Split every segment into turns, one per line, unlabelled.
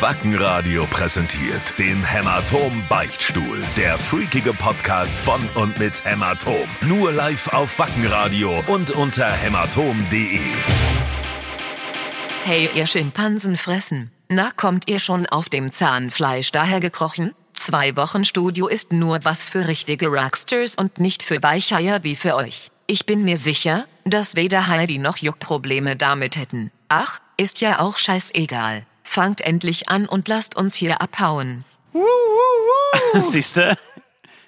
Wackenradio präsentiert den Hämatom Beichtstuhl. Der freakige Podcast von und mit Hämatom. Nur live auf Wackenradio und unter hämatom.de.
Hey, ihr Schimpansen fressen. Na, kommt ihr schon auf dem Zahnfleisch daher gekrochen? Zwei Wochen Studio ist nur was für richtige Rockstars und nicht für Weicheier wie für euch. Ich bin mir sicher, dass weder Heidi noch Juck Probleme damit hätten. Ach, ist ja auch scheißegal. Fangt endlich an und lasst uns hier abhauen.
Siehst du?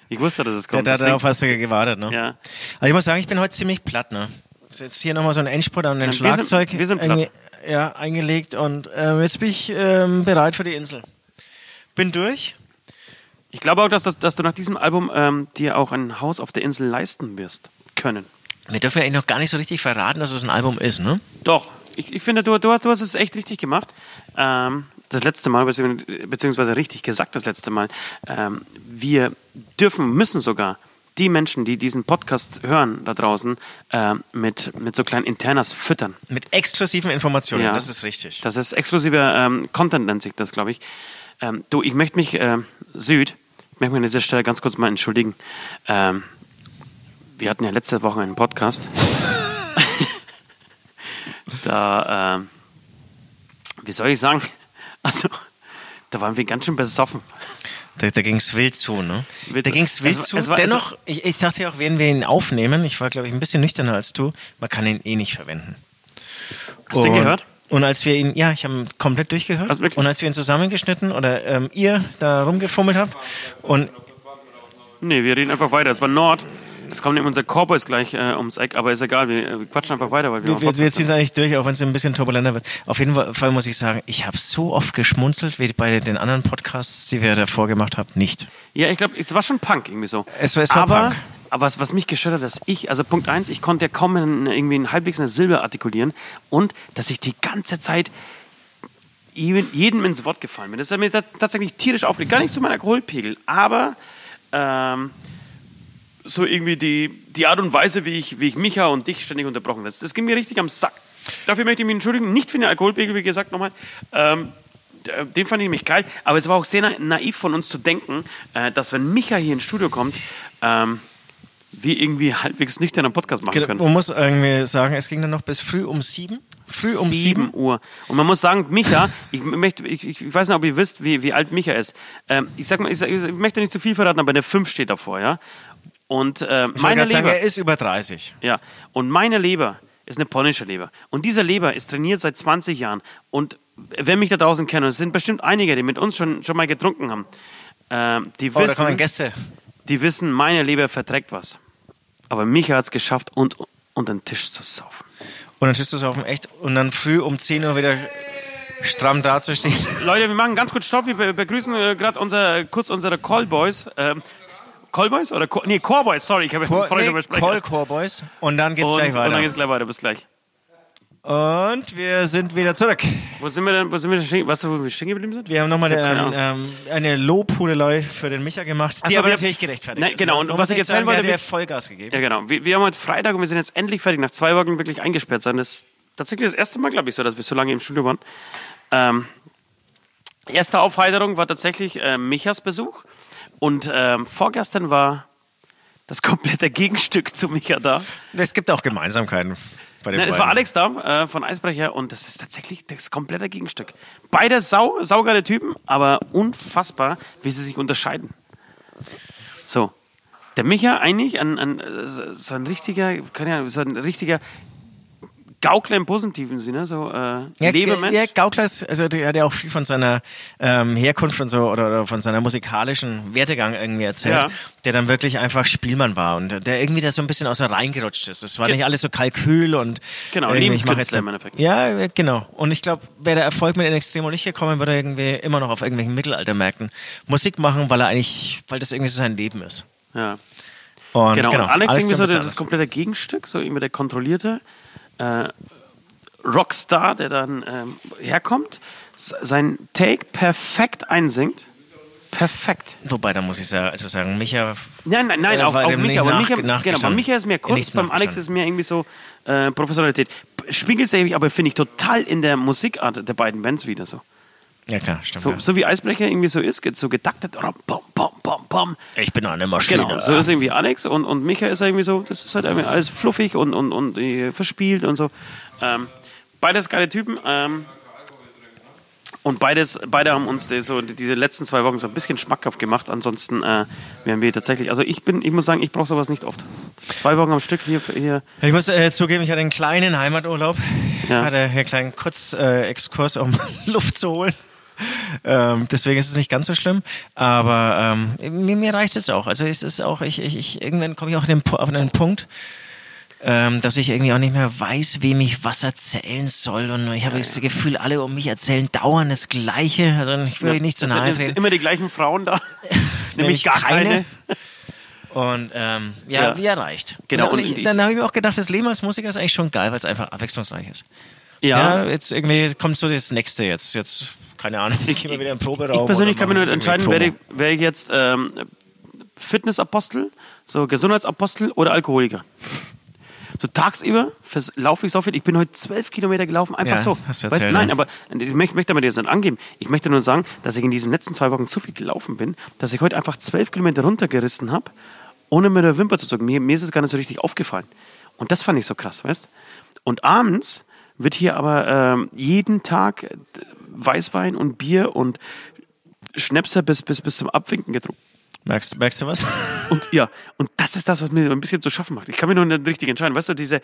Ich wusste, dass es
Ja,
kommt.
da,
deswegen-
darauf hast du gewartet, ne?
ja.
Aber ich muss sagen, ich bin heute ziemlich platt, ne? Ist Jetzt hier nochmal so ein Endspurt an den
Ja, wir sind-
Schlagzeug
wir sind
einge- ja, eingelegt und ähm, jetzt bin ich ähm, bereit für die Insel. Bin durch.
Ich glaube auch, dass, das- dass du nach diesem Album ähm, dir auch ein Haus auf der Insel leisten wirst können.
Wir dürfen ja eigentlich noch gar nicht so richtig verraten, dass es ein Album ist, ne?
Doch, ich, ich finde, du, du, hast, du hast es echt richtig gemacht. Ähm, das letzte Mal, beziehungs- beziehungsweise richtig gesagt das letzte Mal, ähm, wir dürfen, müssen sogar die Menschen, die diesen Podcast hören da draußen, ähm, mit, mit so kleinen Internas füttern.
Mit exklusiven Informationen,
Ja.
das ist richtig.
Das ist exklusiver ähm, Content, nennt sich das, glaube ich. Ähm, du, ich möchte mich, ähm, Süd, ich möchte mich an dieser Stelle ganz kurz mal entschuldigen. Ähm, wir hatten ja letzte Woche einen Podcast. da, ähm, wie soll ich sagen? Also, da waren wir ganz schön besoffen.
Da, da ging es wild zu, ne?
Wild
da
zu.
ging es wild
Es war-
zu.
es war- es
Dennoch, ich, ich dachte ja auch, wenn wir ihn aufnehmen, ich war, glaube ich, ein bisschen nüchterner als du, man kann ihn eh nicht verwenden.
Hast du ihn gehört?
Und als wir ihn, ja, ich habe ihn komplett durchgehört.
Also wirklich?
und als wir ihn zusammengeschnitten oder ähm, ihr da rumgefummelt habt und
Nee, wir reden einfach weiter. Es war Nord. Es kommen eben unser Cowboys gleich äh, ums Eck, aber ist egal, wir äh, quatschen einfach weiter, weil wir,
wir,
am
wir, wir
Podcast
ziehen es eigentlich durch, auch wenn es ein bisschen turbulenter wird. Auf jeden Fall muss ich sagen, ich habe so oft geschmunzelt, wie bei den anderen Podcasts, die wir davor gemacht haben, nicht.
Ja, ich glaube, es war schon Punk irgendwie so.
Es war- es war
aber,
Punk.
Aber was, was mich gestört hat, dass ich, also Punkt eins, ich konnte ja kaum in, irgendwie in halbwegs eine Silbe artikulieren und dass ich die ganze Zeit jedem, jedem ins Wort gefallen bin. Das ist mir ta- tatsächlich tierisch aufgeregt. Gar nicht zu meinem Alkoholpegel, aber ähm, so irgendwie die, die Art und Weise, wie ich, wie ich Micha und dich ständig unterbrochen werde. Das ging mir richtig am Sack. Dafür möchte ich mich entschuldigen, nicht für den Alkoholpegel, wie gesagt, nochmal. Ähm, d- den fand ich nämlich geil, aber es war auch sehr na naiv von uns zu denken, äh, dass wenn Micha hier ins Studio kommt, ähm, wir irgendwie halbwegs nüchtern einen Podcast machen
Genau,
können.
Man muss irgendwie sagen, es ging dann noch bis früh um sieben. Früh um sieben.
7 Uhr. Und man muss sagen, Micha, ich, möchte, ich, ich weiß nicht, ob ihr wisst, wie, wie alt Micha ist. Ähm, ich, sag mal, ich, sag, ich möchte nicht zu viel verraten, aber eine 5 steht davor, ja. Und äh,
Ich wollte
meine
gerade sagen,
Leber,
er ist über 30.
ja, und meine Leber ist eine polnische Leber. Und diese Leber ist trainiert seit 20 Jahren. Und wer mich da draußen kennt, und es sind bestimmt einige, die mit uns schon, schon mal getrunken haben, ähm, die
Oh, da kommen
wissen,
Gäste.
die wissen, meine Leber verträgt was. Aber Micha hat es geschafft, und, unter den Tisch zu saufen.
Und dann tust du es auf dem Echt und dann früh um 10 Uhr wieder stramm dazustehen.
Leute, wir machen ganz kurz Stopp. Wir be- begrüßen äh, gerade unser, kurz unsere Callboys. Ähm, Callboys oder Co nee, Coreboys, sorry, ich habe
Call,
vorhin schon
nee,
besprochen.
Call Cowboys. Und dann geht's
und,
gleich
und dann geht's
weiter.
gleich weiter, bis gleich.
Und wir sind wieder zurück.
Wo sind wir denn, wo sind wir denn stehen, weißt du, wo wir stehen geblieben sind?
Wir haben nochmal
keine
ähm, ähm, eine Lobhudelei für den Micha gemacht, die
so,
aber
wir-
natürlich gerechtfertigt
Nein,
ist.
genau,
ne?
und
Man
was
muss
ich
echt
erzählen
sagen,
wollte,
der hat
wir-
ja Vollgas gegeben.
Ja, genau. Wir, wir haben heute Freitag und wir sind jetzt endlich fertig. Nach zwei Wochen wirklich eingesperrt sein. Das ist tatsächlich das erste Mal, glaube ich, so, dass wir so lange im Studio waren. Ähm, erste Aufheiterung war tatsächlich äh, Michas Besuch. Und ähm, vorgestern war das komplette Gegenstück zu Micha da.
Es gibt auch Gemeinsamkeiten bei den
Ne, es
beiden.
war Alex da äh, von Eisbrecher und das ist tatsächlich das komplette Gegenstück. Beide sau, saugeile Typen, aber unfassbar, wie sie sich unterscheiden. So. Der Micha eigentlich ein, ein, äh, so ein richtiger, keine Ahnung, so ein richtiger Gaukler im positiven Sinne, so äh,
Ja,
Lebemensch.
ja, Gaukler ist, also der hat ja auch viel von seiner ähm, Herkunft und so oder, oder von seiner musikalischen Werdegang irgendwie erzählt,
Ja.
der dann wirklich einfach Spielmann war und der irgendwie da so ein bisschen außer reingerutscht ist. Es war
Ge-
nicht alles so kalkül und
Genau,
irgendwie, ich mach
Lebenskünstler
jetzt-
im Endeffekt.
Ja, äh, genau. Und ich glaube, wäre der Erfolg mit In Extremo nicht gekommen, würde er irgendwie immer noch auf irgendwelchen Mittelaltermärkten Musik machen, weil er eigentlich, weil das irgendwie so sein Leben ist.
Ja.
Und
Genau, und Alex, irgendwie
ist
so
ein bisschen
das, das
anders.
komplette Gegenstück, so irgendwie der kontrollierte äh, Rockstar, der dann ähm, herkommt, s- sein Take perfekt einsingt. Perfekt.
Wobei, da muss ich sa- also sagen, Micha
Nein, nein, nein,
Äh,
auch,
weil
auch
dem
Micha.
nicht
Aber
nach-
Micha, genau, bei
nachgestanden.
Micha ist mehr kurz,
Nichts
beim Alex
nachgestanden.
ist mehr irgendwie so äh, Professionalität. P- Spiegelt sich aber, finde ich, total in der Musikart der beiden Bands wieder so.
Ja, klar, stimmt.
So,
ja.
so wie Eisbrecher irgendwie so ist, geht so gedaktet, rom, bom, bom, bom, bom.
Ich bin eine Maschine.
Genau, so ist irgendwie Alex und, und Micha ist irgendwie so, das ist halt irgendwie alles fluffig und, und, und äh, verspielt und so. Ähm, beides geile Typen. Ähm, und beides, beide haben uns die, so, die- diese letzten zwei Wochen so ein bisschen schmackhaft gemacht. Ansonsten äh, wären wir tatsächlich, also ich bin, ich muss sagen, ich brauche sowas nicht oft. Zwei Wochen am Stück hier, hier
Ich muss äh, zugeben, ich hatte einen kleinen Heimaturlaub.
Ja.
Hatte hier einen kleinen Kurzexkurs, um Luft zu holen. Ähm, deswegen ist es nicht ganz so schlimm, aber ähm, mir, mir reicht es auch. Also es ist auch, ich, ich, ich irgendwann komme ich auch an den, Pu- auf einen Punkt, ähm, dass ich irgendwie auch nicht mehr weiß, wem ich was erzählen soll. Und ich habe das Gefühl, alle um mich erzählen dauernd das Gleiche. Also ich will euch nicht zu
Es sind
nahe treten.
Immer die gleichen Frauen da. halt Nämlich
Nämlich
gar keine.
keine. Und ähm,
Ja.
ja, mir reicht.
Genau, und
Und, ich,
ich-
dann habe ich mir auch gedacht, das Leben als Musiker ist eigentlich schon geil, weil es einfach abwechslungsreich ist.
Ja.
jetzt irgendwie kommt so das nächste jetzt. Jetzt, keine Ahnung, ich gehe mal wieder im Proberaum.
Ich persönlich
oder
kann mir nur
machen
entscheiden,
irgendwie
wäre ich, wär ich jetzt ähm, Fitnessapostel, so Gesundheitsapostel oder Alkoholiker. So tagsüber vers- laufe ich so viel. Ich bin heute zwölf Kilometer gelaufen, einfach
Ja,
so.
hast du
Weißt-
erzählt,
nein,
ja.
aber äh, ich möchte, möchte damit jetzt nicht angeben. Ich möchte nur sagen, dass ich in diesen letzten zwei Wochen zu viel gelaufen bin, dass ich heute einfach zwölf Kilometer runtergerissen habe, ohne mit der Wimper zu zucken. Mir, mir ist es gar nicht so richtig aufgefallen. Und das fand ich so krass, weißt Und abends wird hier aber ähm, jeden Tag äh, Weißwein und Bier und Schnäpser bis, bis, bis zum Abwinken getrunken.
Proben. Merkst, merkst du was?
Und ja, und das ist das, was mir ein bisschen zu schaffen macht. Ich kann mir nur nicht richtig entscheiden. Weißt du, diese,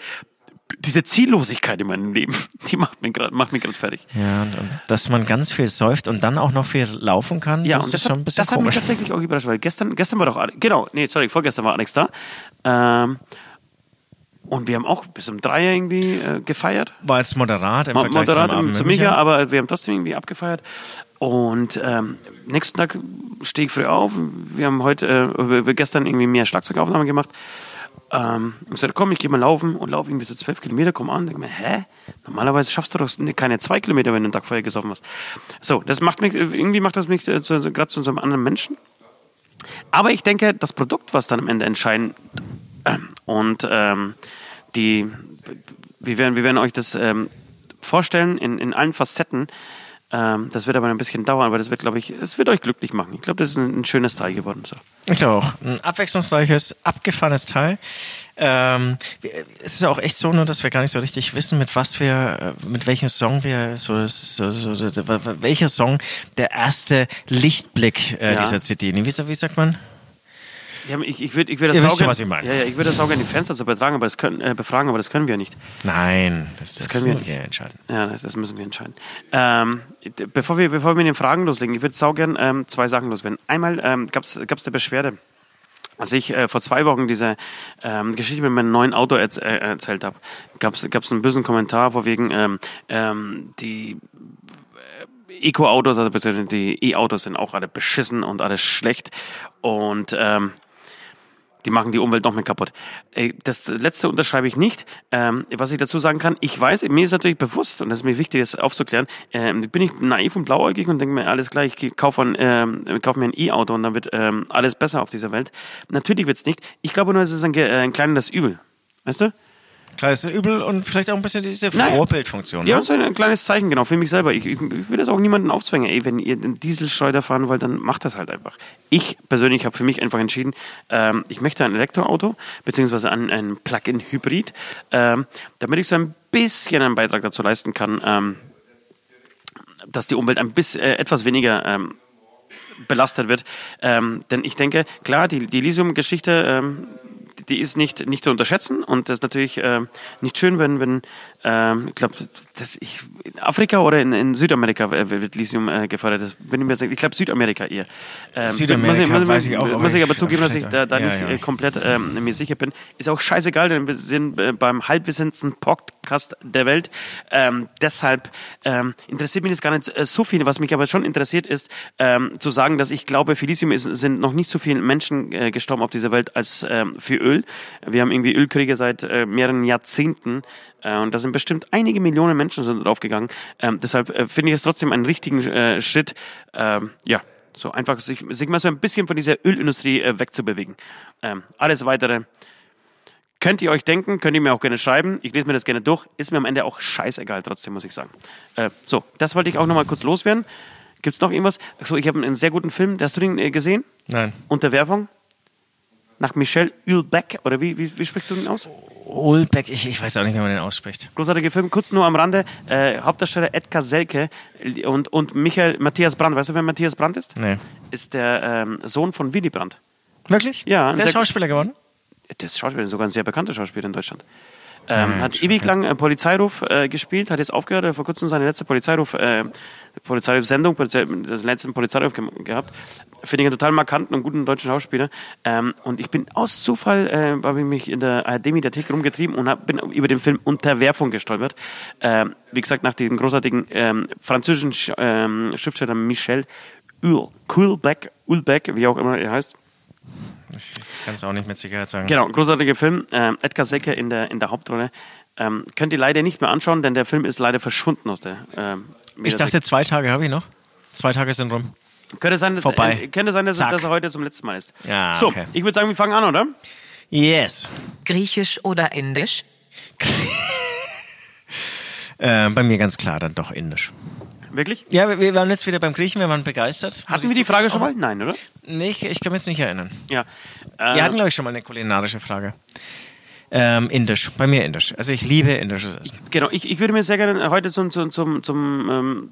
diese Ziellosigkeit in meinem Leben, die macht mich gerade macht mich grad fertig.
ja, und, und dass man ganz viel säuft und dann auch noch viel laufen kann,
Ja,
das
und
ist
das,
schon ein
hat,
bisschen
das hat mich
komisch.
tatsächlich auch überrascht, weil gestern, gestern war doch, Ale- genau, nee, sorry, vorgestern war Alex da. Ähm, und wir haben auch bis um drei irgendwie äh, gefeiert.
War jetzt moderat im
Mo-
Vergleich
Moderat
zum Abend
zu
mit
Micha, aber wir haben trotzdem irgendwie abgefeiert. Und ähm, nächsten Tag stehe ich früh auf. Wir haben heute, äh, wir- wir gestern irgendwie mehr Schlagzeugaufnahmen gemacht. Ähm, ich hab gesagt, komm, ich gehe mal laufen und laufe irgendwie so zwölf Kilometer, komm an. Denk mir, hä? Normalerweise schaffst du doch keine zwei Kilometer, wenn du einen Tag vorher gesoffen hast. So, das macht mich, irgendwie macht das mich äh, zu, zu- gerade zu so einem anderen Menschen. Aber ich denke, das Produkt, was dann am Ende entscheidend ähm, und ähm, die, wir werden, wir werden euch das ähm, vorstellen in, in allen Facetten. Ähm, das wird aber ein bisschen dauern, aber das wird, glaube ich, es wird euch glücklich machen. Ich glaube, das ist ein, ein schönes Teil geworden. So.
Ich glaube auch. Ein abwechslungsreiches, abgefahrenes Teil. Ähm, wir- es ist auch echt so, nur dass wir gar nicht so richtig wissen, mit was wir, äh, mit welchem Song wir, so, so, so, so w- w- welcher Song der erste Lichtblick äh,
Ja.
dieser CD. Nee, Wie, sa- wie sagt man?
Ja, aber ich, ich würde ich würd das
Ihr wisst
auch
schon,
gern-
was ich meine.
Ja, ja, ich würde das auch gerne die Fenster zu betragen, aber das können, äh, befragen, aber das können wir nicht.
Nein, das, das
können wir
müssen
nicht.
entscheiden.
Ja, das, das müssen wir entscheiden. Ähm, d- bevor, wir, bevor wir mit den Fragen loslegen, ich würde saugern ähm, zwei Sachen loswerden. Einmal ähm, gab es eine Beschwerde, als ich äh, vor zwei Wochen diese ähm, Geschichte mit meinem neuen Auto erz äh, erzählt habe. Gab es einen bösen Kommentar, vor wegen ähm, ähm, die Eco-Autos, also beziehungsweise die E-Autos sind auch alle beschissen und alles schlecht und ähm, die machen die Umwelt noch mehr kaputt. Ey, Das letzte unterschreibe ich nicht. Ähm, was ich dazu sagen kann, ich weiß, mir ist natürlich bewusst, und das ist mir wichtig, das aufzuklären, ähm, bin ich naiv und blauäugig und denke mir, alles klar, ich geh- kaufe ein, ähm, kaufe mir ein E-Auto und dann wird ähm, alles besser auf dieser Welt. Natürlich wird's nicht. Ich glaube nur, es ist ein, ge- äh, ein kleineres Übel. Weißt du?
Klar, ist übel und vielleicht auch ein bisschen diese
Nein.
Vorbildfunktion.
Ja,
Ne?
das ist ein kleines Zeichen, genau, für mich selber. Ich, ich, ich will das auch niemandem aufzwängen. Ey, wenn ihr einen Dieselschleuder fahren wollt, dann macht das halt einfach. Ich persönlich habe für mich einfach entschieden, ähm, ich möchte ein Elektroauto, beziehungsweise ein, ein Plug-in-Hybrid, ähm, damit ich so ein bisschen einen Beitrag dazu leisten kann, ähm, dass die Umwelt ein bisschen äh, etwas weniger ähm, belastet wird. Ähm, denn ich denke, klar, die, die Lithium-Geschichte, ähm, die- die ist nicht, nicht zu unterschätzen und das ist natürlich ähm, nicht schön, wenn, wenn ähm, ich glaube, dass ich in Afrika oder in, in Südamerika äh, wird Lithium äh, gefördert. Das bin ich mir sicher. ich glaube Südamerika eher. Ähm,
Südamerika,
muss ich, muss,
weiß ich auch,
Muss
aber
ich aber
ich-
zugeben, dass ich da, da
Ja,
nicht
ja.
äh, komplett ähm, mir sicher bin. Ist auch scheißegal, denn wir sind äh, beim halbwissendsten Podcast der Welt. Ähm, deshalb ähm, interessiert mich das gar nicht äh, so viel. Was mich aber schon interessiert ist, ähm, zu sagen, dass ich glaube, für Lithium ist, sind noch nicht so viele Menschen äh, gestorben auf dieser Welt als ähm, für Öl. Wir haben irgendwie Ölkriege seit äh, mehreren Jahrzehnten. Äh, und da sind bestimmt einige Millionen Menschen sind draufgegangen. Ähm, deshalb äh, finde ich es trotzdem einen richtigen äh, Schritt. Ähm, ja, so einfach sich, sich mal so ein bisschen von dieser Ölindustrie äh, wegzubewegen. Ähm, alles weitere könnt ihr euch denken, könnt ihr mir auch gerne schreiben. Ich lese mir das gerne durch. Ist mir am Ende auch scheißegal, trotzdem muss ich sagen. Äh, so, das wollte ich auch nochmal kurz loswerden. Gibt es noch irgendwas? Achso, ich habe einen sehr guten Film. Hast du den äh, gesehen?
Nein.
Unterwerfung? Nach Michel Ulbeck? Oder wie, wie, wie sprichst du den aus?
Ulbeck, ich, ich weiß auch nicht, wie man den ausspricht.
Großartiger Film, kurz nur am Rande. Äh, Hauptdarsteller Edgar Selke und, und Michael Matthias Brandt. Weißt du, wer Matthias Brandt ist?
Nee.
Ist der ähm, Sohn von Willy Brandt.
Wirklich?
Ja, ein sehr-
Der ist Schauspieler geworden?
Der ist Schauspieler, sogar ein sehr bekannter Schauspieler in Deutschland. Ähm, hat ewig lang äh, Polizeiruf äh, gespielt, hat jetzt aufgehört, hat vor kurzem seine letzte Polizeiruf, äh, Polizeiruf-Sendung, Polizei, den letzten Polizeiruf ge gehabt. Finde ich einen total markanten und guten deutschen Schauspieler. Ähm, und ich bin aus Zufall, äh, habe ich mich in der ARD-Mediathek rumgetrieben und hab, bin über den Film Unterwerfung gestolpert. Ähm, wie gesagt, nach diesem großartigen ähm, französischen Sch ähm, Schriftsteller Michel Uhl, Kuhlbeck, Uhlbeck, wie auch immer er heißt.
Ich kann es auch nicht mit Sicherheit sagen.
Genau, großartiger Film. Ähm, Edgar Secke in der, in der Hauptrolle. Ähm, könnt ihr leider nicht mehr anschauen, denn der Film ist leider verschwunden aus der. Ähm,
Ich dachte, zwei Tage habe ich noch. Zwei Tage sind rum.
könnte sein, dass-
vorbei.
Äh, könnte sein dass,
Zack.
dass er heute zum letzten Mal ist.
Ja,
so,
okay.
ich würde sagen, wir fangen an, oder?
Yes.
Griechisch oder Indisch?
Äh, bei mir ganz klar dann doch indisch.
Wirklich?
Ja, wir- wir waren jetzt wieder beim Griechen, wir waren begeistert. Muss
Hatten
ich
wir die
zugeben,
Frage schon
aber-
mal? Nein, oder?
Nee, ich, ich kann mich jetzt nicht erinnern.
Ja.
Wir
Äh,
hatten, glaube ich, schon mal eine kulinarische Frage. Ähm, indisch, bei mir indisch. Also ich liebe indisches Essen.
genau, ich, ich würde mir sehr gerne heute zum, zum, zum, zum ähm,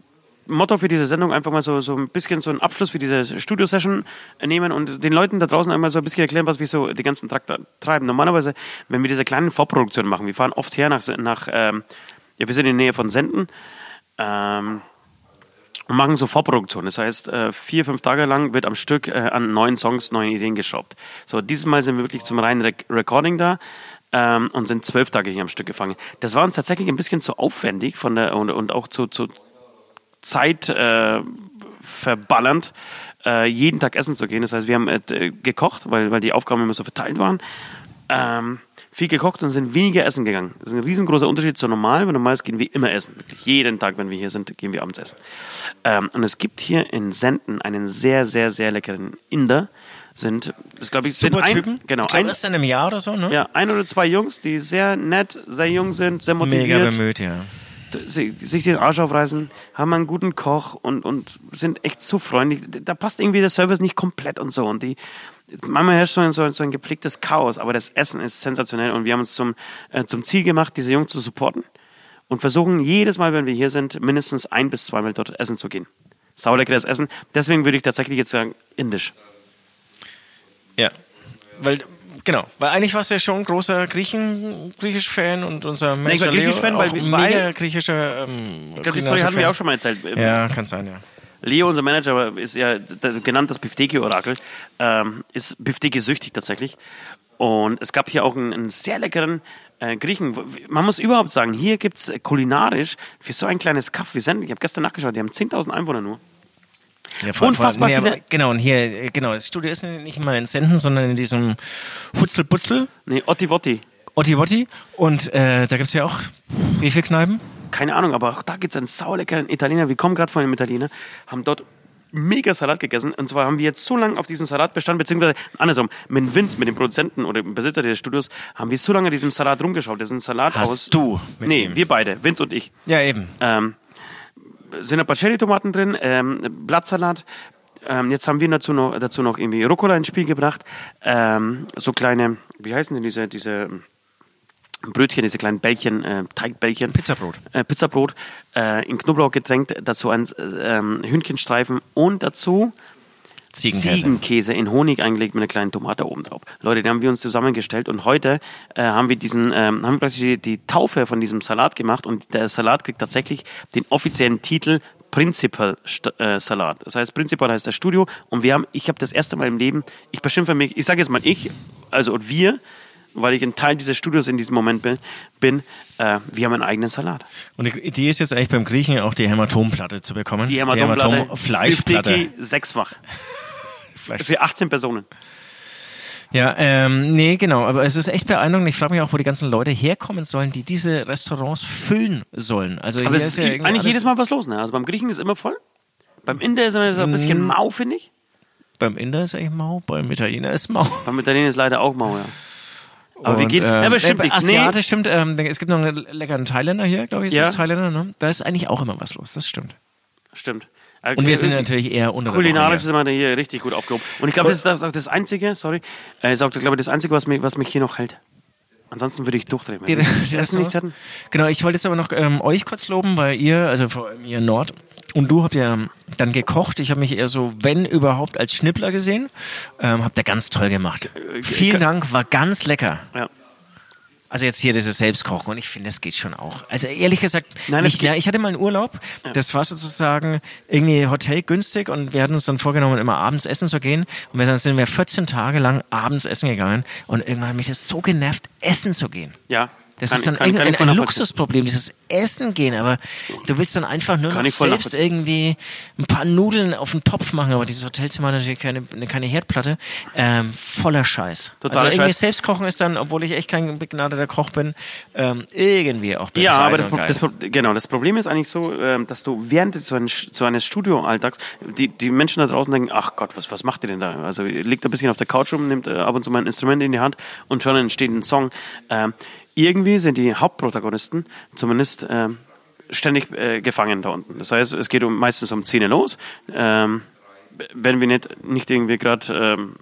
Motto für diese Sendung einfach mal so, so ein bisschen so einen Abschluss für diese Studio-Session äh, nehmen und den Leuten da draußen einmal so ein bisschen erklären, was wir so die ganzen Tag da treiben. Normalerweise, wenn wir diese kleinen Vorproduktionen machen, wir fahren oft her nach, nach ähm, ja, wir sind in der Nähe von Senden ähm, und machen so Vorproduktionen. Das heißt, äh, vier, fünf Tage lang wird am Stück äh, an neuen Songs, neuen Ideen geschraubt. So, dieses Mal sind wir wirklich zum reinen Rec Recording da. Ähm, und sind zwölf Tage hier am Stück gefangen. Das war uns tatsächlich ein bisschen zu aufwendig von der und, und auch zu, zu, Zeit äh, verballernd, äh, jeden Tag essen zu gehen. Das heißt, wir haben äh, gekocht, weil, weil die Aufgaben immer so verteilt waren. Ähm, viel gekocht und sind weniger essen gegangen. Das ist ein riesengroßer Unterschied zu normal, weil normal gehen wir immer essen. Wirklich jeden Tag, wenn wir hier sind, gehen wir abends essen. Ähm, und es gibt hier in Senden einen sehr, sehr, sehr leckeren Inder. Sind, das glaube ich,
Super
sind ein,
Typen.
Genau,
ich glaub,
ein,
erst in einem Jahr oder so, ne?
ja, ein oder zwei Jungs, die sehr nett, sehr jung sind, sehr motiviert
Mega bemüht, ja.
sie- sich den Arsch aufreißen, haben einen guten Koch und, und sind echt so freundlich. Da passt irgendwie der Service nicht komplett und so. Und die, manchmal herrscht so ein, so ein- so ein gepflegtes Chaos, aber das Essen ist sensationell und wir haben uns zum, äh, zum Ziel gemacht, diese Jungs zu supporten und versuchen jedes Mal, wenn wir hier sind, mindestens ein bis zweimal dort essen zu gehen. Sauleckeres Essen. Deswegen würde ich tatsächlich jetzt sagen, indisch.
Ja. Weil, genau. Weil eigentlich warst du ja schon ein großer Griechen, Griechisch-Fan und unser Mensch
ich war
Leo
Griechisch-Fan, weil-
auch
weil-
mega griechischer ähm,
Ich glaube, die Story hatten wir
kulinarischer
auch schon mal erzählt.
Fan. Ja, kann sein, ja.
Leo, unser Manager, ist ja d- genannt das Bifteki-Orakel, ähm, ist Bifteki-süchtig tatsächlich. Und es gab hier auch einen, einen sehr leckeren äh, Griechen. Man muss überhaupt sagen, hier gibt es kulinarisch für so ein kleines Kaff wie Senden. Ich habe gestern nachgeschaut, die haben 10.000 Einwohner nur.
Ja, vor-
Unfassbar
vor-
viele-
aber- Genau, und hier, äh, genau, das Studio ist nicht immer in Senden, sondern in diesem Hutzelputzel,
Nee, Otti Wotti.
Ottivotti. Und äh, da gibt es ja auch, wie viel Kneipen?
Keine Ahnung, aber auch da gibt es einen sauleckeren Italiener. Wir kommen gerade von einem Italiener, haben dort mega Salat gegessen. Und zwar haben wir jetzt so lange auf diesen Salat bestanden, beziehungsweise andersrum, mit Vince, mit dem Produzenten oder dem Besitzer des Studios, haben wir so lange an diesem Salat rumgeschaut. Das ist ein Salat
Hast
aus.
du mit
nee,
ihm?
wir beide, Vince und ich.
Ja, eben.
Ähm, sind ein paar Cherry-Tomaten drin, ähm, Blattsalat. Ähm, jetzt haben wir dazu noch, dazu noch irgendwie Rucola ins Spiel gebracht. Ähm, so kleine, wie heißen denn diese, diese ähm, Brötchen, diese kleinen Bällchen, äh, Teigbällchen.
Pizzabrot.
Äh, Pizzabrot, äh, in Knoblauch getränkt, dazu ein äh, ähm, Hühnchenstreifen und dazu
Ziegenkäse.
Ziegenkäse in Honig eingelegt mit einer kleinen Tomate oben drauf. Leute, den haben wir uns zusammengestellt und heute äh, haben wir diesen, ähm, haben wir praktisch die, die Taufe von diesem Salat gemacht und der Salat kriegt tatsächlich den offiziellen Titel Principal St äh, Salat. Das heißt, Principal heißt das Studio und wir haben, ich habe das erste Mal im Leben, ich beschimpfe mich, ich sage jetzt mal ich, also und wir, weil ich ein Teil dieses Studios in diesem Moment bin, bin äh, wir haben einen eigenen Salat.
Und die Idee ist jetzt eigentlich beim Griechen auch die Hämatomplatte zu bekommen.
Die Hämatomplatte,
Fleischplatte.
Bifteki, sechsfach.
Fleisch.
Für 18 Personen.
Ja, ähm, nee, genau. Aber es ist echt beeindruckend. Ich frage mich auch, wo die ganzen Leute herkommen sollen, die diese Restaurants füllen sollen. Also
Aber
hier
es ist
ist ja irgendwie
eigentlich
alles-
jedes Mal was los, ne? Also beim Griechen ist immer voll. Beim Inder ist immer so
Mhm.
ein bisschen mau, finde ich.
Beim Inder ist eigentlich mau, beim Italiener ist mau.
Beim Italiener ist leider auch mau, ja. Aber wir
Und,
gehen.
Ähm,
Ja, aber stimmt
nee,
nicht.
Asiate
Nee.
stimmt. Ähm, es gibt noch einen leckeren Thailänder hier, glaube ich. Ist
Ja.
das Thailänder, ne? Da ist eigentlich auch immer was los. Das stimmt.
Stimmt. Äh,
Und wir sind
äh,
natürlich eher unter der Woche
Kulinarisch
hier.
sind wir hier richtig gut aufgehoben. Und ich glaube, das ist das- auch das Einzige, sorry, äh, ist auch, glaube ich, das Einzige, was mich, was mich hier noch hält. Ansonsten würde ich durchdrehen. Wenn wir das Essen nicht hätten.
Genau, ich wollte jetzt aber noch ähm, euch kurz loben, weil ihr, also vor allem ihr Nord und du habt ja ähm, dann gekocht. Ich habe mich eher so, wenn überhaupt, als Schnippler gesehen. Ähm, habt ihr ganz toll gemacht. Vielen Dank, war ganz lecker.
äh, Ja.
Also jetzt hier dieses Selbstkochen und ich finde, das geht schon auch. Also ehrlich gesagt,
Nein, das
nicht,
geht-
ja, ich hatte mal einen Urlaub, das war sozusagen irgendwie Hotel günstig und wir hatten uns dann vorgenommen, immer abends essen zu gehen und wir- dann sind wir 14 Tage lang abends essen gegangen und irgendwann hat mich das so genervt, essen zu gehen.
Ja.
Das
Kann-
ist dann
kann- kann
irgendein
ich voll
ein
nachvollziehen.
Luxusproblem, dieses Essen gehen, aber du willst dann einfach nur
Kann
noch
ich voll
selbst
nachvollziehen.
irgendwie ein paar Nudeln auf den Topf machen, aber dieses Hotelzimmer hat natürlich keine, keine Herdplatte, ähm, voller Scheiß.
Totaler
also irgendwie
Scheiß.
Selbstkochen ist dann, obwohl ich echt kein begnadeter Koch bin, ähm, irgendwie auch
Ja,
befreiend
aber das,
und
Pro-
geil.
das, Pro- genau, das Problem ist eigentlich so, ähm, dass du während so eines, so eines Studioalltags, die, die Menschen da draußen denken, ach Gott, was, was macht ihr denn da? Also ihr liegt ein bisschen auf der Couch rum, nimmt äh, ab und zu mal ein Instrument in die Hand und schon entsteht ein Song. Ähm, irgendwie sind die Hauptprotagonisten zumindest ähm, ständig äh, gefangen da unten. Das heißt, es geht um, meistens um Szene los. Ähm, wenn wir nicht, nicht irgendwie gerade ähm,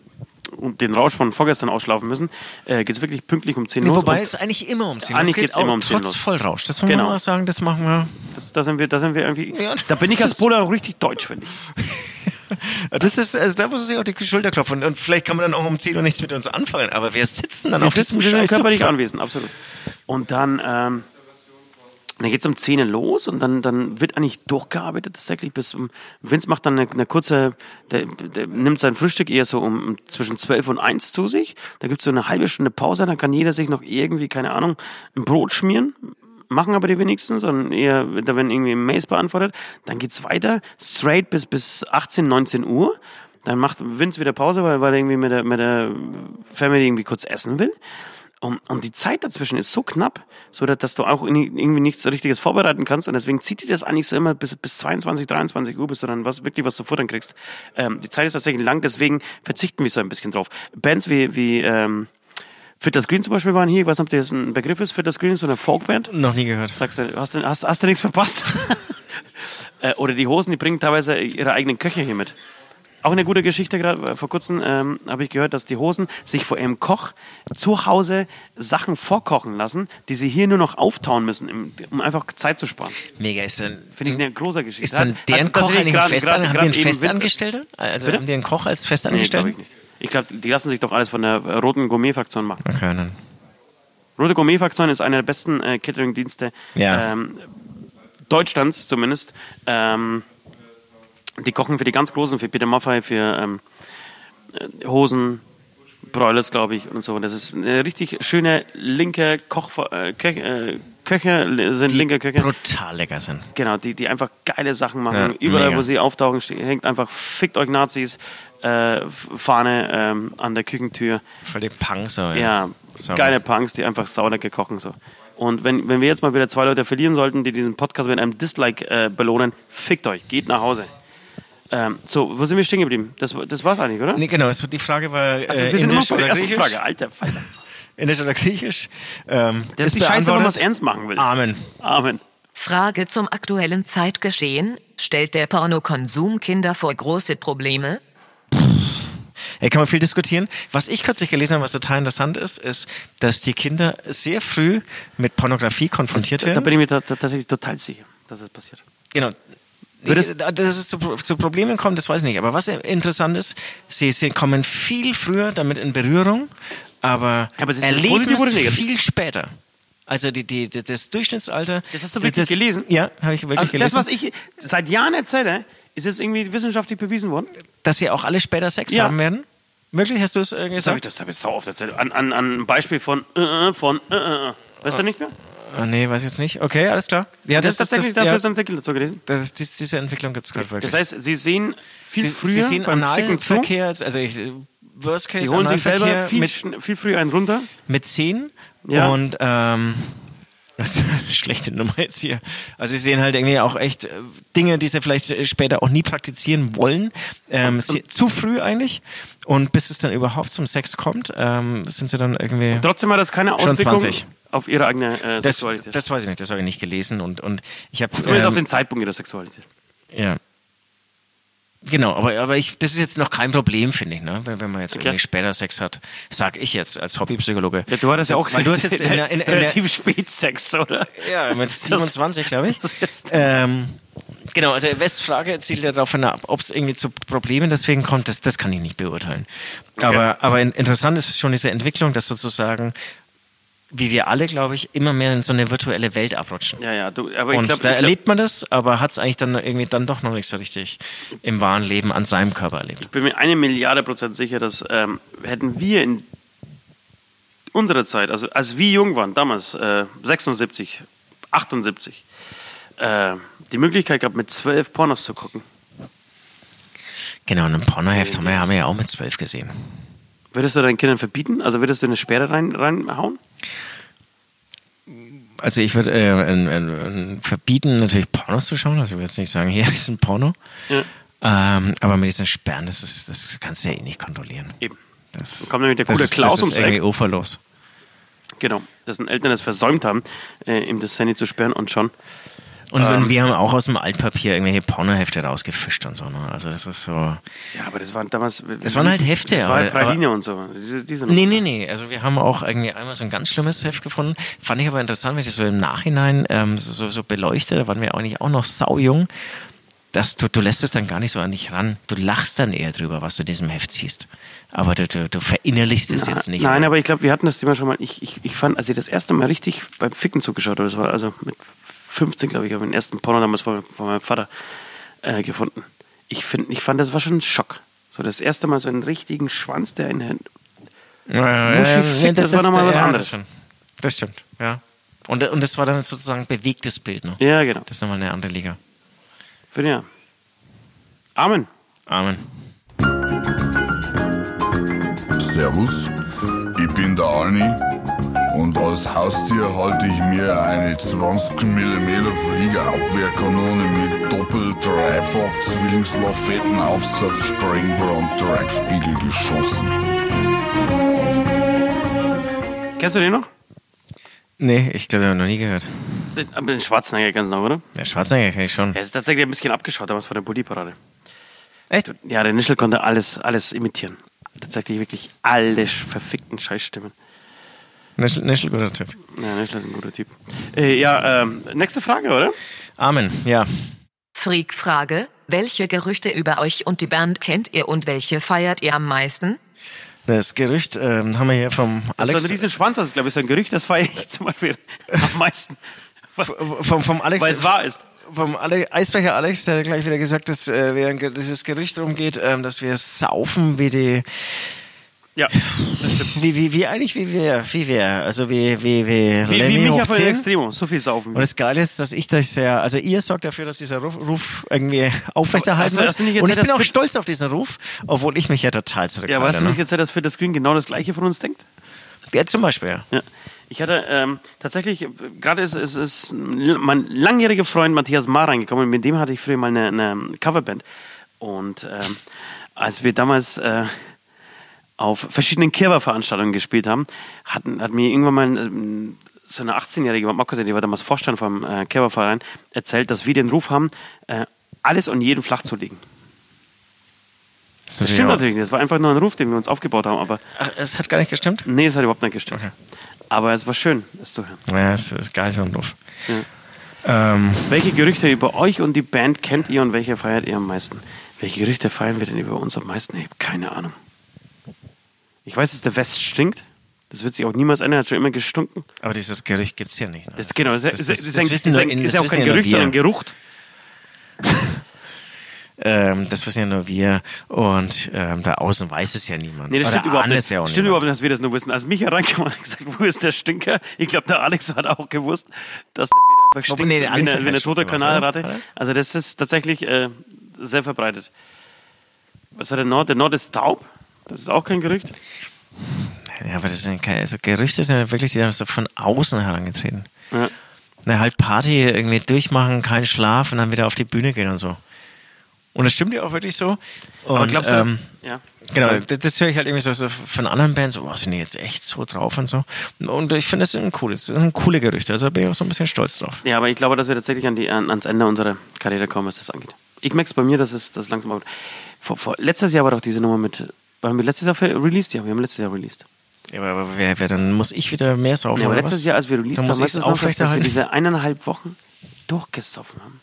um den Rausch von vorgestern ausschlafen müssen, äh, geht es wirklich pünktlich um 10 Uhr los.
Wobei
und
es eigentlich immer um 10
Eigentlich
geht
geht's immer um 10
Trotz
los.
Vollrausch, das muss
Genau.
man mal sagen, das machen wir.
Das, da sind wir, da sind wir irgendwie.
Ja.
Da bin ich als Polar auch richtig deutsch, finde ich.
Das ist, also da muss man sich auf die Schulter klopfen und vielleicht kann man dann auch um 10 Uhr nichts mit uns anfangen, aber wir sitzen dann
Wir
auf
sitzen, wir
diesem
sind
Scheiß-
körperlich anwesend, absolut. Und dann, ähm, dann geht es um 10 Uhr los und dann, dann wird eigentlich durchgearbeitet tatsächlich bis um. Vince macht dann eine, eine kurze, der, der nimmt sein Frühstück eher so um zwischen 12 und 1 zu sich. Da gibt es so eine halbe Stunde Pause, dann kann jeder sich noch irgendwie, keine Ahnung, ein Brot schmieren. Machen aber die wenigsten, sondern eher, da werden irgendwie Mails beantwortet. Dann geht's weiter, straight bis, bis 18, 19 Uhr. Dann macht Vince wieder Pause, weil, weil er irgendwie mit der, mit der Family irgendwie kurz essen will. Und, und die Zeit dazwischen ist so knapp, so dass, dass du auch in, irgendwie nichts Richtiges vorbereiten kannst. Und deswegen zieht dir das eigentlich so immer bis, bis 22, 23 Uhr, bis du dann was, wirklich was zu futtern kriegst. Ähm, die Zeit ist tatsächlich lang, deswegen verzichten wir so ein bisschen drauf. Bands wie, wie ähm, Fit das Green zum Beispiel waren hier, ich weiß nicht, ob das ein Begriff ist. Fit das Green ist so eine Folkband.
Noch nie gehört.
Sagst du, hast du, hast, hast du nichts verpasst? Äh, Oder die Hosen, die bringen teilweise ihre eigenen Köche hier mit. Auch eine gute Geschichte gerade. äh, Vor kurzem ähm, habe ich gehört, dass die Hosen sich vor ihrem Koch zu Hause Sachen vorkochen lassen, die sie hier nur noch auftauen müssen, im- um einfach Zeit zu sparen.
Mega ist dann
Finde ich eine große Geschichte.
Hm. Ist dann
Hat-
deren
hat
Koch
tatsächlich
eigentlich
gerade-
fest,
gerade-
haben
gerade
die einen
eben Vince-
Festangestellten? Also haben die einen Koch als
Nee, glaube
Festangestellten?
ich nicht. Ich glaube, die lassen sich doch alles von der äh, Roten Gourmet-Fraktion machen.
okay, dann.
Rote Gourmet-Fraktion ist einer der besten äh, Catering-Dienste
Ja.
ähm, Deutschlands zumindest. Ähm, die kochen für die ganz Großen, für Peter Maffay, für ähm, äh, Hosen, Broilers, glaube ich, und so. Das ist eine richtig schöne linke Koch, äh, Köch, äh, Köche, li- sind linke Köche.
Brutal lecker sind.
Genau, die, die einfach geile Sachen machen.
Ja,
Überall,
mega.
wo sie auftauchen, ste- hängt einfach Fickt euch Nazis äh, F- Fahne ähm, an der Küchentür.
Voll die Punks. so,
Ja,
Sauber.
geile Punks, die einfach saulecker kochen. So. Und wenn, wenn wir jetzt mal wieder zwei Leute verlieren sollten, die diesen Podcast mit einem Dislike äh, belohnen, fickt euch, geht nach Hause. Ähm, so, wo sind wir stehen geblieben? Das, das war's eigentlich, oder?
Nee, genau, es wird die Frage war äh,
Also, wir sind immer
indisch,
bei der
oder
ersten
griechisch,
Frage. Alter, Falter.
indisch oder griechisch. Ähm,
Das ist die Scheiße, wenn man es
beantwortet.
ernst machen will.
Amen.
Amen.
Frage zum aktuellen Zeitgeschehen. Stellt der Pornokonsum Kinder vor große Probleme?
Ey, kann man viel diskutieren. Was ich kürzlich gelesen habe, was total interessant ist, ist, dass die Kinder sehr früh mit Pornografie konfrontiert
Da
werden.
bin ich mir ta- ta- tatsächlich total sicher, dass es passiert.
Genau.
Würdest-
Ich- dass es zu, zu Problemen kommt, das weiß ich nicht. Aber was interessant ist, sie, sie kommen viel früher damit in Berührung, aber,
Ja, aber es ist das
erleben
Positive oder
es
Negative?
viel später. Also die, die, die, das Durchschnittsalter.
Das hast du wirklich gelesen?
Ja, habe ich wirklich
Also das,
gelesen.
was ich seit Jahren erzähle, ist jetzt irgendwie wissenschaftlich bewiesen worden.
dass sie auch alle später Sex
Ja.
haben werden? Wirklich, hast du es äh,
Das habe ich,
gesagt?
das hab ich sau oft erzählt. An, an, an ein Beispiel von, äh, äh, von, äh, äh. äh. Weißt du nicht mehr?
Ah, nee, weiß ich jetzt nicht. Okay, alles klar. Ja,
Das, ist tatsächlich, das,
ja,
hast du einen Artikel dazu gelesen.
das ist- dies- diese Entwicklung gibt es gerade wirklich.
Das heißt, sie sehen viel früher
sie sehen
beim Ficken zu.
Analverkehr, also ich, Worst Case,
Sie holen sich selber
Analverkehr
viel,
mit
schn- viel früher einen runter.
mit 10
Ja.
und ähm, das ist eine schlechte Nummer jetzt hier. Also sie sehen halt irgendwie auch echt äh, Dinge, die sie vielleicht äh, später auch nie praktizieren wollen. Ähm, sie, zu früh eigentlich. Und bis es dann überhaupt zum Sex kommt, ähm, sind sie dann irgendwie.
Trotzdem hat das keine
Schon
Auswirkung
20.
auf ihre eigene äh,
Das,
Sexualität.
das weiß ich nicht, das habe ich nicht gelesen. Und, und ich habe.
Zumindest auf
ähm,
den Zeitpunkt ihrer Sexualität.
ja. Genau, aber, aber ich, das ist jetzt noch kein Problem, finde ich, ne? wenn, wenn man jetzt
Okay.
irgendwie später Sex hat, sag ich jetzt als Hobbypsychologe.
Ja, du hattest ja auch
Weil du hast jetzt in der, in, in der,
relativ spät Sex, oder?
ja, mit 27, glaube ich.
das ist-
Ähm, genau, also Westfrage zielt ja darauf ab, ob es irgendwie zu Problemen deswegen kommt, das, das kann ich nicht beurteilen. Aber, aber in, interessant ist schon diese Entwicklung, dass sozusagen, wie wir alle, glaube ich, immer mehr in so eine virtuelle Welt abrutschen.
Ja, ja, du, aber ich
Und
glaube,
da
glaub,
erlebt man das, aber hat es eigentlich dann irgendwie dann doch noch nicht so richtig im wahren Leben an seinem Körper erlebt.
ich bin mir eine Milliarde Prozent sicher, dass ähm, hätten wir in unserer Zeit, also als wir jung waren, damals, äh, 76, 78, äh, die Möglichkeit gehabt, mit zwölf Pornos zu gucken.
Genau, und ein Pornoheft haben wir, haben wir ja auch mit zwölf gesehen.
Würdest du deinen Kindern verbieten? Also würdest du eine Sperre rein, reinhauen?
Also ich würde äh, ein- ein- ein verbieten, natürlich Pornos zu schauen. Also ich würde jetzt nicht sagen, hier ist ein Porno. Ähm, aber mit diesen Sperren, das, ist, das kannst du ja eh nicht kontrollieren.
Eben.
Das,
Dann kommt nämlich der
das
coole
ist,
Klaus
das
ums
ist irgendwie
Eck.
uferlos.
Genau. Dass ein Eltern es versäumt haben, äh, ihm das Handy zu sperren und schon.
Und
Ähm.
wir haben auch aus dem Altpapier irgendwelche Pornohefte rausgefischt und so. Ne? Also das ist so...
Ja, aber das waren damals.
Das waren halt Hefte,
Das war halt
aber-
Praline und so. Diese, diese
Nee, nee,
ne?
nee. Also wir haben auch irgendwie einmal so ein ganz schlimmes Heft gefunden. Fand ich aber interessant, wenn ich das so im Nachhinein ähm, so, so, so beleuchte, da waren wir eigentlich auch noch saujung, dass du, du lässt es dann gar nicht so an dich ran. Du lachst dann eher drüber, was du in diesem Heft siehst. Aber du, du, du verinnerlichst es jetzt nicht.
Nein, aber ich glaube, wir hatten das Thema schon mal. Ich, ich, ich fand, als ich das erste Mal richtig beim Ficken zugeschaut habe, das war also mit 15, glaube ich, habe ich den ersten Porno damals von, von meinem Vater äh, gefunden. Ich, find, ich fand, das war schon ein Schock. So das erste Mal so einen richtigen Schwanz, der in Händen.
äh,
Muschi Fick, das war noch mal was anderes.
Das stimmt. Das stimmt, ja. Und, äh, und das war dann sozusagen bewegtes Bild noch.
Ja, genau.
Das ist nochmal eine andere Liga.
Für ja. Amen.
Amen.
Servus, ich bin der Arni und als Haustier halte ich mir eine 20 mm Fliegerabwehrkanone mit doppel-dreifach Zwillingslafetten Aufsatz Springbrom Treibspiegel geschossen.
Kennst du den noch?
Nee, ich glaube, ich habe noch nie gehört.
Den, aber den Schwarzenegger kennst du noch, oder?
Ja, Schwarzenegger kenne ich schon.
Er ist tatsächlich ein bisschen abgeschaut damals von der Bulli-Parade.
Echt?
Ja, der Nischel konnte alles, alles imitieren. Tatsächlich wirklich alle sch- verfickten Scheißstimmen.
Nicht, nicht ein guter Typ.
Ja, Nischel ist ein guter Typ. Äh, ja, ähm, nächste Frage, oder?
Amen, ja.
Freak-Frage: Welche Gerüchte über euch und die Band kennt ihr und welche feiert ihr am meisten?
Das Gerücht ähm, haben wir hier vom
Das ist
Alex.
so ein Riesenschwanz, Also, das ist, glaube ich, so ein Gerücht, das feiere ich zum Beispiel am meisten.
vom, vom Alex,
Weil es wahr ist.
vom Ale Eisbrecher Alex, der hat gleich wieder gesagt, dass äh, während ge- dieses Gerücht rumgeht, ähm, dass wir saufen wie die,
Ja, das stimmt.
wie, wie, wie eigentlich, wie wir, wie wir, also wie, wie, wie,
Wie, wie
Lemmy
Micha
hoch
von
zehn.
Extremo, so viel saufen.
Und
wir.
das Geile ist, dass ich das ja, also ihr sorgt dafür, dass dieser Ruf, Ruf irgendwie aufrechterhalten
Hast du-
wird.
hast du nicht jetzt
Und ich
das
bin auch
Fit-
stolz auf diesen Ruf, obwohl ich mich ja total
Ja, aber hast
zurückhalte.
du nicht
ne?
jetzt dass für das Screen genau das gleiche von uns denkt?
Ja, zum Beispiel, ja.
Ja. Ich hatte ähm, tatsächlich, äh, gerade ist, ist, ist mein langjähriger Freund Matthias Mahr reingekommen, mit dem hatte ich früher mal eine, eine Coverband. Und ähm, als wir damals äh, auf verschiedenen Kirwa-Veranstaltungen gespielt haben, hatten, hat mir irgendwann mal ähm, so eine 18-jährige Marco, die war damals Vorstand vom äh, Kirwa-Verein, erzählt, dass wir den Ruf haben, äh, alles und jeden flach zu legen. Das stimmt natürlich nicht, das war einfach nur ein Ruf, den wir uns aufgebaut haben, aber
Ach, Es hat gar nicht gestimmt?
nee, es hat überhaupt nicht gestimmt. Aber es war schön, es zu hören.
Ja, es ist geil, so ein Ruf.
Ja.
Ähm,
Welche Gerüchte über euch und die Band kennt ihr und welche feiert ihr am meisten? Welche Gerüchte feiern wir denn über uns am meisten? Ich habe keine Ahnung. Ich weiß, dass der West stinkt. Das wird sich auch niemals ändern, hat schon immer gestunken.
Aber dieses Gerücht gibt es ja nicht. ne?
Das, genau, das, das, das, ist ein-
wissen
ist
nur
ein-
in-
ist ja
das
auch
wissen
kein
ja nur
Gerücht, sondern ein
wir.
Geruch.
Ähm, das wissen ja nur wir. Und ähm, da außen weiß es ja niemand.
Nee, das
Oder
stimmt überhaupt
ahnt
nicht.
es Ja auch
stimmt
niemand.
überhaupt nicht, dass wir das nur wissen. Also Als Micha reinkam und gesagt, wo ist der Stinker? Ich glaube, der Alex hat auch gewusst, dass der Peter einfach
Obwohl,
stinkt,
nee, der
der
Alex
wie
hat
eine, wie eine
keinen
tote
Stinker gemacht, oder?
Kanalratte. Also das ist tatsächlich äh, sehr verbreitet. Was hat der Nord? Der Nord ist taub. Das ist auch kein Gerücht.
Ja, aber das sind keine, also Gerüchte sind ja wirklich die haben so von außen herangetreten.
Ja.
Na, halt Party irgendwie durchmachen, keinen Schlaf und dann wieder auf die Bühne gehen und so. Und das stimmt ja auch wirklich so. Und,
Aber glaubst du,
ähm,
dass, ja.
Genau, das, das höre ich halt irgendwie so, so von anderen Bands, so, wow, sind die jetzt echt so drauf und so. Und ich finde, das sind cool, das sind coole Gerüchte, also da bin ich auch so ein bisschen stolz drauf.
ja, aber ich glaube, dass wir tatsächlich an die, an, ans Ende unserer Karriere kommen, was das angeht. ich merke es bei mir, dass es das langsam aufhört. Vor, vor, letztes Jahr war doch diese Nummer mit. Waren wir letztes Jahr ver- released? Ja, wir haben letztes Jahr released.
Ja, aber- aber wer, wer, dann muss ich wieder mehr saufen.
Ja, aber
oder
letztes
was?
Jahr, als wir released
Dann
haben,
muss
weißt
ich
du
es
noch, dass, dass wir
aufrechterhalten.
diese eineinhalb Wochen durchgesoffen haben.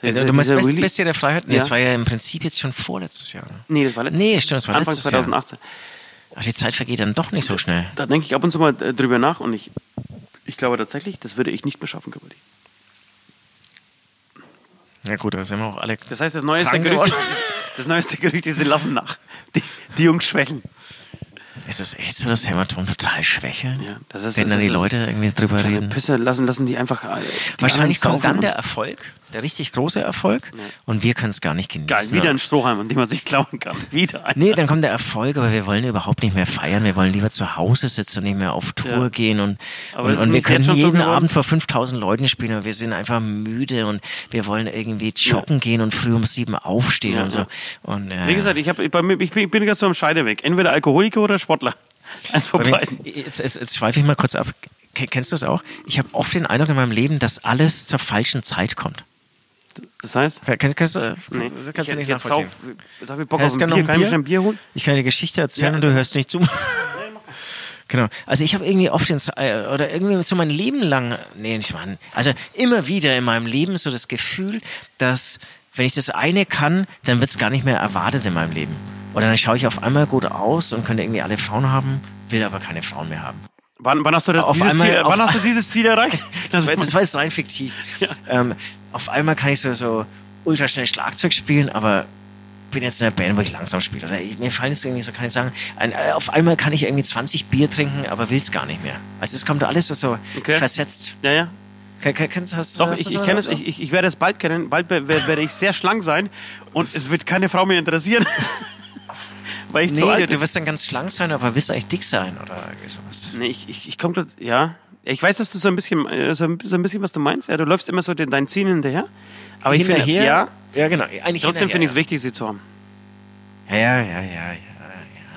So,
Ja,
diese-
du meinst
dieser
Best,
Release-
Bestie der Freiheit? Nee,
Ja.
das war ja im Prinzip jetzt schon vorletztes Jahr. ne?
Nee, das war letztes
Nee, stimmt, das war
Anfang
letztes Jahr.
2018.
Aber die Zeit vergeht dann doch nicht so schnell.
Da denke ich ab und zu mal äh, drüber nach und ich, ich glaube tatsächlich, das würde ich nicht mehr schaffen, körperlich.
Ja gut, da sind wir auch alle.
Das heißt, das neueste,
krank
Gerücht
geworden.
ist, das neueste Gerücht ist, sie lassen nach. Die, die Jungs schwächen.
Ist es echt so, dass Hämatom total schwäche?
Ja, das ist-
Wenn
das
dann die
ist-
Leute irgendwie drüber
Kleine
reden.
Pisse lassen, lassen die einfach. äh, Die
Wahrscheinlich
anderen
kommt dann
saufen
der Erfolg, der richtig große Erfolg, und wir können es gar nicht genießen.
und- Geil, wieder ein Strohhalm, an dem man sich klauen kann. Wieder ein.
Nee, dann kommt der Erfolg, aber wir wollen überhaupt nicht mehr feiern. Wir wollen lieber zu Hause sitzen und nicht mehr auf Tour
Ja.
gehen. Und,
Aber
und,
ist es
und
nicht
wir
jetzt
können
schon so
jeden
geworden?
Abend vor 5000 Leuten spielen, aber wir sind einfach müde und wir wollen irgendwie joggen gehen und früh um sieben aufstehen
Ja,
und so.
ja.
Und, äh,
Wie gesagt, ich, hab, bei mir, ich bin, ich bin ganz so am Scheideweg. Entweder Alkoholiker oder Sportler. Eins von
bei mir-
beiden.
jetzt, jetzt, jetzt schweife ich mal kurz ab. Ke- Kennst du es auch? Ich habe oft den Eindruck in meinem Leben, dass alles zur falschen Zeit kommt.
Das heißt?
Kann- Kannst, kannst, du-
Äh, Nee.
kannst du
Ich-
nicht
jetzt
nachvollziehen?
sauf- Jetzt hab ich Bock
Ja,
auf
es
ein
kann
Bier.
noch ein
Kann ich mir
Bier.
schnell ein Bier holen?
Ich kann die Geschichte erzählen und du hörst nicht zu. genau. Also ich habe irgendwie oft den, Z- äh, oder irgendwie so mein Leben lang, nee, nicht mal, also immer wieder in meinem Leben so das Gefühl, dass wenn ich das eine kann, dann wird es gar nicht mehr erwartet in meinem Leben. Oder dann schaue ich auf einmal gut aus und könnte irgendwie alle Frauen haben, will aber keine Frauen mehr haben.
Wann, wann, hast, du das,
Auf
dieses,
einmal-
Ziel,
auf
wann hast du dieses Ziel erreicht? Das
Das war, das war jetzt rein fiktiv. Ähm, auf einmal kann ich so, so ultraschnell Schlagzeug spielen, aber bin jetzt in einer Band, wo ich langsam spiele. Oder ich, mir fallen jetzt irgendwie so keine Sachen. Ein, äh, auf einmal kann ich irgendwie 20 Bier trinken, aber will es gar nicht mehr. Also es kommt alles so, so
Okay.
versetzt.
ja, ja.
Kann, kann, kannst, hast,
Doch,
hast
ich,
du's
ich
mal
kenne es.
so?
Ich, ich, ich werde es bald kennen. Bald be- wer- werde ich sehr schlank sein und es wird keine Frau mehr interessieren. Weil ich
Nee,
zu alt
du,
bin.
du wirst dann ganz schlank sein, aber willst eigentlich dick sein oder irgendwie sowas.
Nee, ich, ich, ich komme gerade, ja. Ich weiß, dass du so ein bisschen, äh, so ein so ein bisschen was du meinst. Ja, du läufst immer so den, deinen Zielen hinterher. Aber ich finde,
Hinterher-
ja,
ja, genau. Eigentlich
trotzdem finde ich es
hinterher,
wichtig, sie zu haben.
Ja, ja, ja, ja. ja.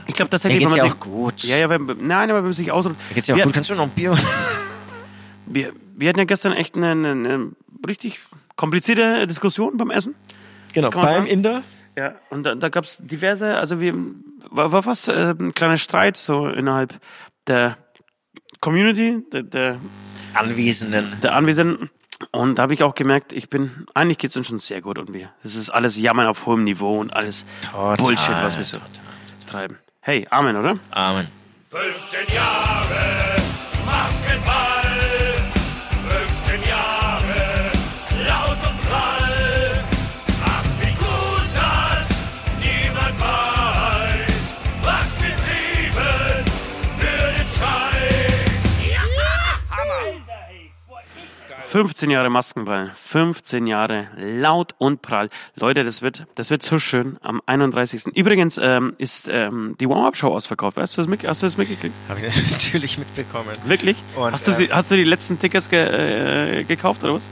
Ich glaube
Mir
tatsächlich,
geht's ja
sich,
auch gut.
Ja, ja, wenn, nein, aber wenn man sich ausruht.
Mir geht's ja auch
wir,
gut. Kannst du noch ein Bier?
Wir, wir hatten ja gestern echt eine, eine, eine richtig komplizierte Diskussion beim Essen.
genau,
kann man
beim
sagen.
Inder.
Ja, und da, da gab es diverse, also wir war, war was, äh, ein kleiner Streit so innerhalb der Community, der, der,
Anwesenden.
der Anwesenden. Und da habe ich auch gemerkt, ich bin, eigentlich geht es uns schon sehr gut und wir. Es ist alles Jammern auf hohem Niveau und alles
Total,
Bullshit, was wir so treiben. Hey, Amen, oder?
Amen.
15 Jahre Maskenball, 15 Jahre laut und prall. Ach, wie gut, dass niemand weiß, was wir trieben für den Scheiß. Ja, Hammer!
15 Jahre Maskenball, 15 Jahre laut und prall. Leute, das wird, das wird so schön am 31. Übrigens ähm, ist ähm, die Warm-Up-Show ausverkauft. Weißt du das, mit, hast du das mitgekriegt?
Habe ich natürlich mitbekommen.
Wirklich?
Und, ähm,
hast, du sie, hast du die letzten Tickets ge, äh, gekauft oder was?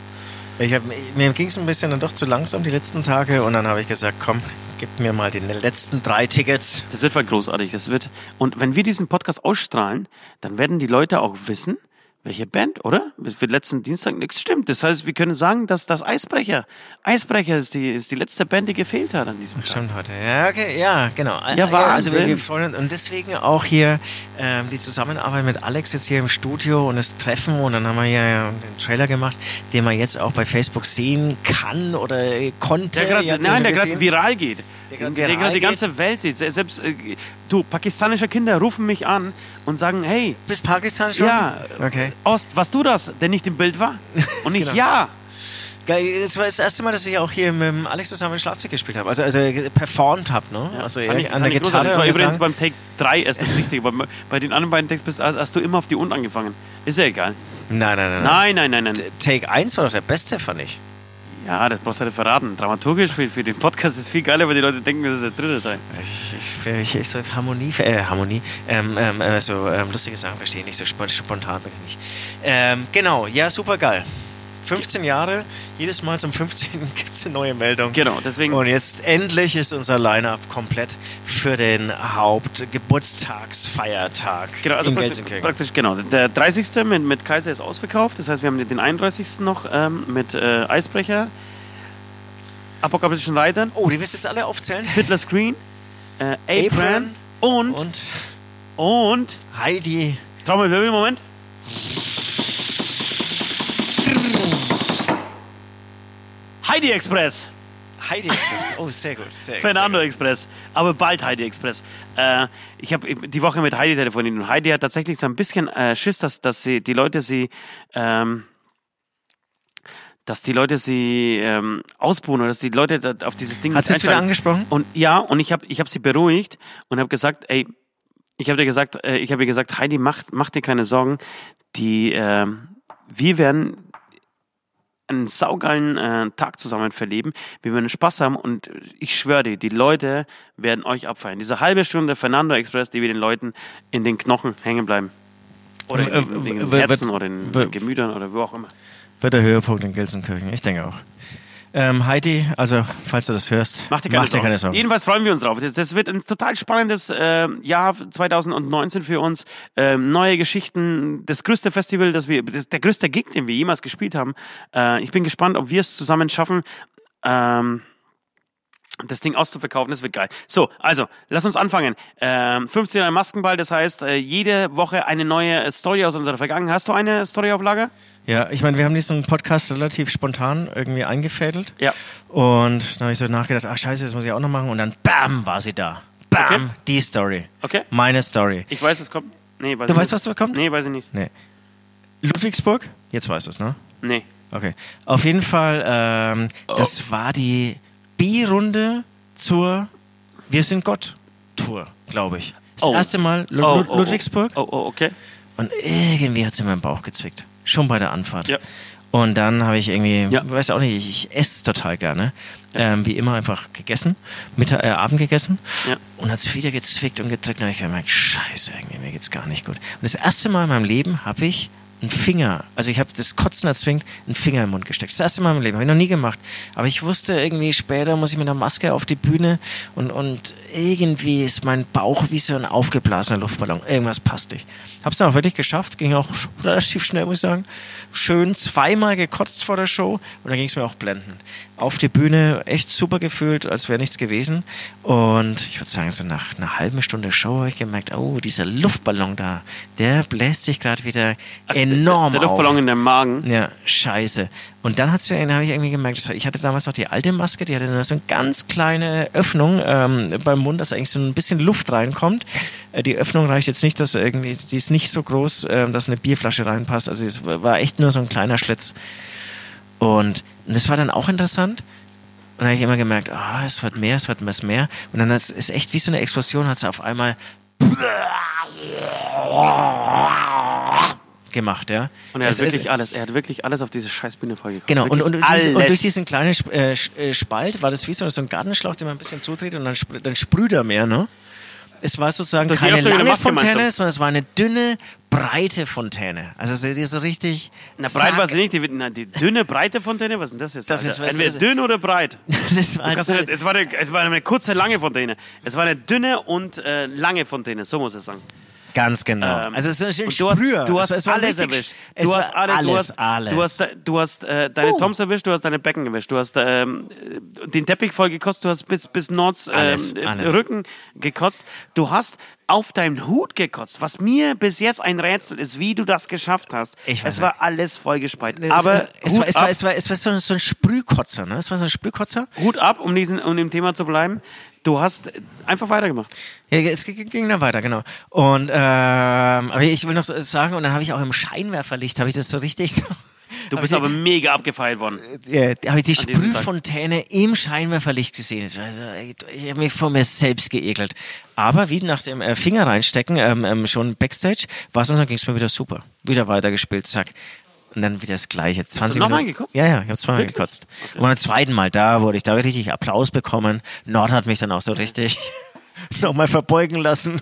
Ich hab, mir ging es ein bisschen dann doch zu langsam die letzten Tage und dann habe ich gesagt, komm, gib mir mal die letzten drei Tickets.
Das wird voll großartig. Das wird. Und wenn wir diesen Podcast ausstrahlen, dann werden die Leute auch wissen, welche Band, oder? Es wird letzten Dienstag nichts stimmt. Das heißt, wir können sagen, dass das Eisbrecher, Eisbrecher ist die, ist die letzte Band, die gefehlt hat an diesem Tag.
Stimmt heute. Ja, okay, ja, genau.
Ja,
also wir
Wahnsinn.
wir freuen uns und deswegen auch hier ähm, die Zusammenarbeit mit Alex jetzt hier im Studio und das Treffen und dann haben wir hier ja den Trailer gemacht, den man jetzt auch bei Facebook sehen kann oder konnte.
Der gerade,
Ihr habt ihn
nein,
schon
der gerade
gesehen.
viral geht. Der
gerade
gerade
viral
die
geht.
ganze Welt sieht. Se- Selbst, äh, du, pakistanische Kinder rufen mich an und sagen, hey,
Bis Pakistan schon?
ja,
Okay.
Ost, warst du das, der nicht im Bild war? Und ich,
Genau.
ja.
Geil, es war das erste Mal, dass ich auch hier mit dem Alex zusammen Schlagzeug gespielt habe. Also, also performt habe, ne? also
Fand
eher
ich,
an
fand
der
ich großartig.
Gitarre.
Das war
und
übrigens
Gesang.
beim Take 3 erst das Richtige. bei, bei den anderen beiden Takes bist, hast, hast du immer auf die Und angefangen. Ist ja egal.
nein, nein, nein.
Nein, nein, nein, nein.
T- Take 1 war doch der beste, fand ich.
Ja, das brauchst du nicht verraten. Dramaturgisch für, für den Podcast ist viel geiler, weil die Leute denken, das ist der dritte Teil.
Ich, ich, ich, ich so Harmonie, äh, Harmonie, ähm, ähm, äh, so ähm, lustige Sachen verstehe ich nicht, so spon- spontan bin ich nicht. Ähm, genau, ja, super geil. 15 Jahre, jedes Mal zum 15. gibt es eine neue Meldung.
Genau, deswegen-
Und jetzt endlich ist unser Line-Up komplett für den Hauptgeburtstagsfeiertag
Genau, also
in
praktisch,
Gelsenkirchen.
praktisch, genau. Der 30. Mit, mit Kaiser ist ausverkauft. Das heißt, wir haben den 31. noch ähm, mit äh, Eisbrecher. apokalyptischen Reitern,
Oh, die wirst du jetzt alle aufzählen.
Fiddler's Green, äh, Apron,
Apron
und, und,
Und
und
Heidi.
Trommelwirbel, Moment. Heidi Express,
Heidi ist es. Oh, sehr gut. Sehr,
Fernando
Sehr
Express, aber bald Heidi Express. Äh, ich habe die Woche mit Heidi telefoniert und Heidi hat tatsächlich so ein bisschen äh, Schiss, dass, dass sie, die Leute sie, ähm, dass die Leute sie ähm, ausbuhen oder dass die Leute da auf dieses Ding
gut. Hat sie es wieder
einsteigen.
angesprochen?
Und ja, und ich habe ich hab sie beruhigt und habe gesagt, ey, ich habe dir gesagt, äh, ich habe ihr gesagt, Heidi, mach, mach dir keine Sorgen, die, ähm, wir werden einen saugeilen äh, Tag zusammen verleben. Wir werden Spaß haben und ich schwöre dir, die Leute werden euch abfeiern. Diese halbe Stunde Fernando Express, die wir den Leuten in den Knochen hängen bleiben. Oder
Äh,
in, in den
w- w-
Herzen
w-
oder in
w-
den Gemütern oder wo auch immer.
Wird der Höhepunkt in Gelsenkirchen. Ich denke auch. Ähm, Heidi, also, falls du das hörst,
Mach dir keine, Sorgen.
keine Sorgen.
Jedenfalls freuen wir uns drauf. Das, das wird ein total spannendes äh, Jahr 2019 für uns. Ähm, neue Geschichten, das größte Festival, das wir, das, der größte Gig, den wir jemals gespielt haben. Äh, ich bin gespannt, ob wir es zusammen schaffen, ähm, das Ding auszuverkaufen. Das wird geil. So, also, lass uns anfangen. Ähm, 15 Jahre Maskenball, das heißt, äh, jede Woche eine neue äh, Story aus unserer Vergangenheit. Hast du eine Story auf Lager?
Ja, ich meine, wir haben diesen Podcast relativ spontan irgendwie eingefädelt.
Ja.
Und dann habe ich so nachgedacht, ach scheiße, das muss ich auch noch machen. Und dann bam, war sie da. Bam,
Okay.
die Story.
Okay.
Meine Story.
Ich weiß, was kommt. Nee, weiß
Du
ich
weißt,
nicht.
was da kommt?
Nee, weiß ich nicht.
Nee. Ludwigsburg? Jetzt weißt du es, ne?
Nee.
Okay. Auf jeden Fall, ähm, das war die B-Runde zur Wir sind Gott-Tour, glaube ich. Das
Oh.
erste Mal Lu
Oh,
Lu-
oh, oh.
Ludwigsburg.
Oh, oh, okay.
Und irgendwie hat es in meinem Bauch gezwickt. Schon bei der Anfahrt.
Ja.
Und dann habe ich irgendwie,
Ja.
weiß auch nicht, ich, ich esse total gerne. Ähm, wie immer einfach gegessen, Mittag, äh, Abend gegessen.
Ja.
Und hat es wieder gezwickt und gedrückt. Und hab ich habe gemerkt, scheiße, irgendwie, mir geht's gar nicht gut. Und das erste Mal in meinem Leben habe ich einen Finger, also ich habe das Kotzen erzwingt, einen Finger im Mund gesteckt. Das erste Mal in meinem Leben, habe ich noch nie gemacht. Aber ich wusste irgendwie, später muss ich mit einer Maske auf die Bühne und, und irgendwie ist mein Bauch wie so ein aufgeblasener Luftballon. Irgendwas passt nicht. Hab's dann auch wirklich geschafft, ging auch sch- relativ schnell, muss ich sagen. Schön zweimal gekotzt vor der Show und dann ging's mir auch blendend. Auf die Bühne echt super gefühlt, als wäre nichts gewesen. Und ich würde sagen, so nach einer halben Stunde Show habe ich gemerkt, oh, dieser Luftballon da, der bläst sich gerade wieder enorm
Der Luftballon
auf.
in deinem Magen.
Ja, scheiße. Und dann, hat's- dann habe ich irgendwie gemerkt, das- ich hatte damals noch die alte Maske, die hatte nur so eine ganz kleine Öffnung ähm, beim Mund, dass eigentlich so ein bisschen Luft reinkommt. Äh, die Öffnung reicht jetzt nicht, dass irgendwie, die ist nicht so groß, ähm, dass eine Bierflasche reinpasst. Also es war echt nur so ein kleiner Schlitz. Und das war dann auch interessant. Und dann habe ich immer gemerkt, ah, es wird mehr, es wird was mehr. Und dann hat's- ist echt wie so eine Explosion, hat sie auf einmal gemacht, ja.
Und er hat
Es- es-
wirklich alles, er hat wirklich alles auf diese scheiß Bühne vollgekotzt.
Genau, und,
Wirklich
und, und,
alles.
diesen, und durch diesen kleinen Sp- äh, Sch- äh, Spalt war das wie so, so ein Gartenschlauch, den man ein bisschen zudreht und dann, spr dann sprüht er mehr, ne? Es war sozusagen
Durch die
keine
Öffnung in der
lange
Maske meinst
Fontäne,
du?
sondern es war eine dünne, breite Fontäne. Also so, die so richtig...
Na,
zack.
breit war sie nicht. Die, na, die dünne Breite Fontäne, was ist denn das jetzt?
Das
Alter?
ist- Also- was-
Entweder dünn oder breit.
Das war
Du kannst halt
so-
nicht- Es war, eine, es war eine kurze, lange Fontäne. Es war eine dünne und äh, lange Fontäne, so muss ich sagen.
Ganz genau.
Ähm,
also es ist ein
und du hast,
Sprüher.
du hast
es war
alles
richtig-
erwischt.
Es
Du
war
hast alle, du hast,
alles. Oh.
Du hast, de- du hast äh, deine Toms erwischt, du hast deine Becken erwischt, du hast ähm, äh, den Teppich voll gekotzt, du hast bis, bis Nords ähm,
Alles,
äh,
alles.
Rücken gekotzt, du hast auf deinen Hut gekotzt, was mir bis jetzt ein Rätsel ist, wie du das geschafft hast.
Ich weiß
es war alles vollgespeit.
Es-
Aber
es, es,
Hut,
war, es,
ab,
war, es, war, es war so ein- so ein Sprühkotzer, ne? Es war so ein Sprühkotzer.
Hut ab, um, diesen, um dem Thema zu bleiben. Du hast einfach weitergemacht.
Ja, es ging- ging dann weiter, genau. Und ähm, aber ich will noch so sagen, und dann habe ich auch im Scheinwerferlicht, habe ich das so richtig. So,
Du bist
hab
aber mega abgefeiert worden.
ich, äh, habe ich die
an diesem Tag.
Sprühfontäne im Scheinwerferlicht gesehen. Das war so, ey, ich habe mich vor mir selbst geekelt. Aber wie nach dem äh, Finger reinstecken, ähm, ähm, schon Backstage, war es uns, dann ging es mir wieder super. Wieder weitergespielt, zack. Und dann wieder das Gleiche. 20
nochmal
Minuten-
gekotzt?
Ja, ja, ich habe zweimal
Wirklich?
gekotzt. Und beim zweiten Mal, da wurde ich, da habe ich richtig Applaus bekommen. Nord hat mich dann auch so richtig nochmal verbeugen lassen.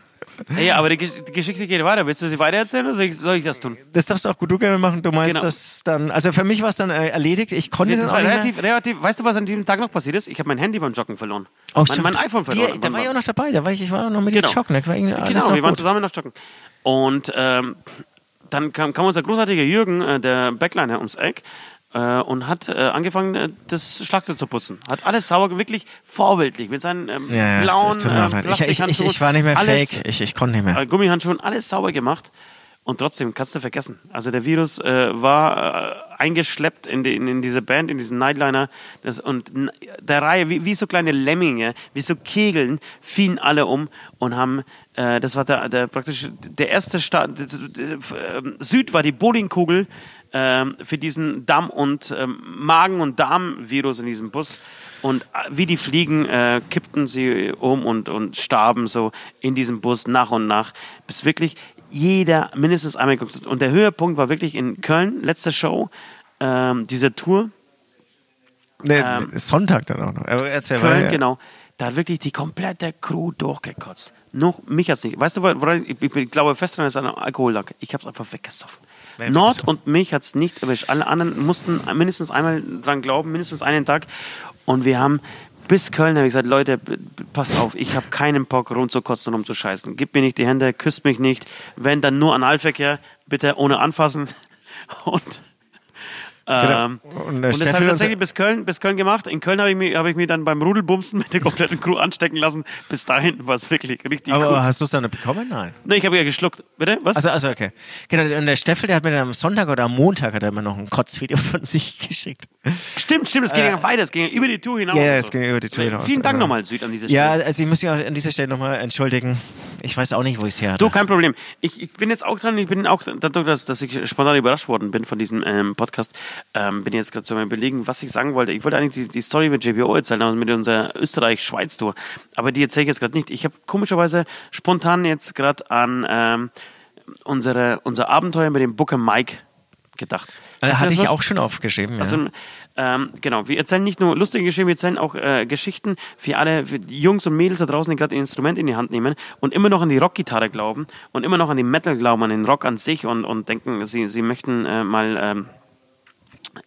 Ja, aber die, Gesch- die Geschichte geht weiter. Willst du sie weitererzählen oder soll ich, soll ich das tun?
Das darfst du auch gut du gerne machen. Du meinst
Genau.
das dann. Also für mich war es dann äh, erledigt. Ich konnte
Das
dann
war
auch nicht
relativ, relativ, weißt du, was an diesem Tag noch passiert ist? Ich habe mein Handy beim Joggen verloren.
mehr. Oh,
mein,
stimmt.
mein iPhone verloren.
Die, da war ich auch noch dabei. Da war ich, ich war auch noch mit
Genau.
dir joggen. Da war irgendwie alles
Genau,
noch
wir waren
gut.
zusammen nach Joggen. Und ähm, dann kam, kam unser großartiger Jürgen, äh, der Backliner, ums Eck äh, und hat äh, angefangen, äh, das Schlagzeug zu putzen. Hat alles sauber, wirklich vorbildlich mit seinen ähm,
Ja, ja,
blauen
es, es tut mir auch
ähm,
leid. Ich, ich, ich,
Plastikhandschuhen.
ich war nicht mehr
alles,
fake. Ich, ich konnte nicht mehr.
äh, Gummihandschuhen, alles sauber gemacht. Und trotzdem kannst du vergessen. Also der Virus äh, war äh, eingeschleppt in, die, in, in diese Band, in diesen Nightliner. Das, und n- der Reihe, wie, wie so kleine Lemminge, wie so Kegeln, fielen alle um und haben, äh, das war der, der praktisch der erste Start. das- das- ähm, Süd war die Bowlingkugel ähm, für diesen Damm- und ähm, Magen- und Darmvirus in diesem Bus. Und äh, wie die Fliegen äh, kippten sie um und, und starben so in diesem Bus nach und nach, bis wirklich jeder mindestens einmal geguckt hat. Und der Höhepunkt war wirklich in Köln, letzte Show ähm, dieser Tour.
Nee, Sonntag dann auch noch. Aber erzähl
ähm, Köln,
weiter.
genau. Da hat wirklich die komplette Crew durchgekotzt. Noch mich hat's nicht. Weißt du, woran ich, ich, ich glaube fest daran, dass es an Alkohol lag. Ich hab's einfach weggesoffen.
Ja,
Nord
weggesoffen.
und mich hat's nicht erwischt. Alle anderen mussten mindestens einmal dran glauben, mindestens einen Tag. Und wir haben bis Köln habe ich gesagt, Leute, b- b- passt auf, ich habe keinen Bock rumzukotzen, rumzuscheißen. Gib mir nicht die Hände, küsst mich nicht. Wenn dann nur Analverkehr, bitte ohne anfassen. Und ähm,
Genau. Und
und
der
das
Steffel
habe ich
und-
tatsächlich bis Köln, bis Köln gemacht. In Köln habe ich, mich- habe ich mich dann beim Rudelbumsen mit der kompletten Crew anstecken lassen. Bis dahin war es wirklich richtig
Aber
gut.
hast du es dann bekommen? Nein.
Ne, ich habe ja geschluckt. Bitte? Was?
Also, also okay. Genau, und der Steffel, der hat mir dann am Sonntag oder am Montag hat er mir noch ein Kotzvideo von sich geschickt.
stimmt, stimmt, es ging ja weiter, es ging ja über die Tour hinaus.
äh, Ja, ja,
und
es
so.
ging über die Tour
Nee,
hinaus.
Vielen Dank
Ja.
nochmal, Süd, an dieser Stelle.
Ja, also ich muss mich auch an dieser Stelle nochmal entschuldigen. Ich weiß auch nicht, wo ich es her hatte.
Du, kein Problem. Ich, ich bin jetzt auch dran, ich bin auch dadurch, dass, dass ich spontan überrascht worden bin von diesem ähm, Podcast, ähm, bin jetzt gerade zu meinem Überlegen, was ich sagen wollte. Ich wollte eigentlich die, die Story mit JBO erzählen, also mit unserer Österreich-Schweiz-Tour, aber die erzähle ich jetzt gerade nicht. Ich habe komischerweise spontan jetzt gerade an ähm, unsere, unser Abenteuer mit dem Booker Mike gedacht.
Äh,
Sagt
hatte
das
ich
was?
auch schon aufgeschrieben. Ja.
Also, ähm, genau, wir erzählen nicht nur lustige Geschichten, wir erzählen auch äh, Geschichten für alle für die Jungs und Mädels da draußen, die gerade ein Instrument in die Hand nehmen und immer noch an die Rockgitarre glauben und immer noch an den Metal glauben, an den Rock an sich und, und denken, sie, sie möchten äh, mal. Ähm,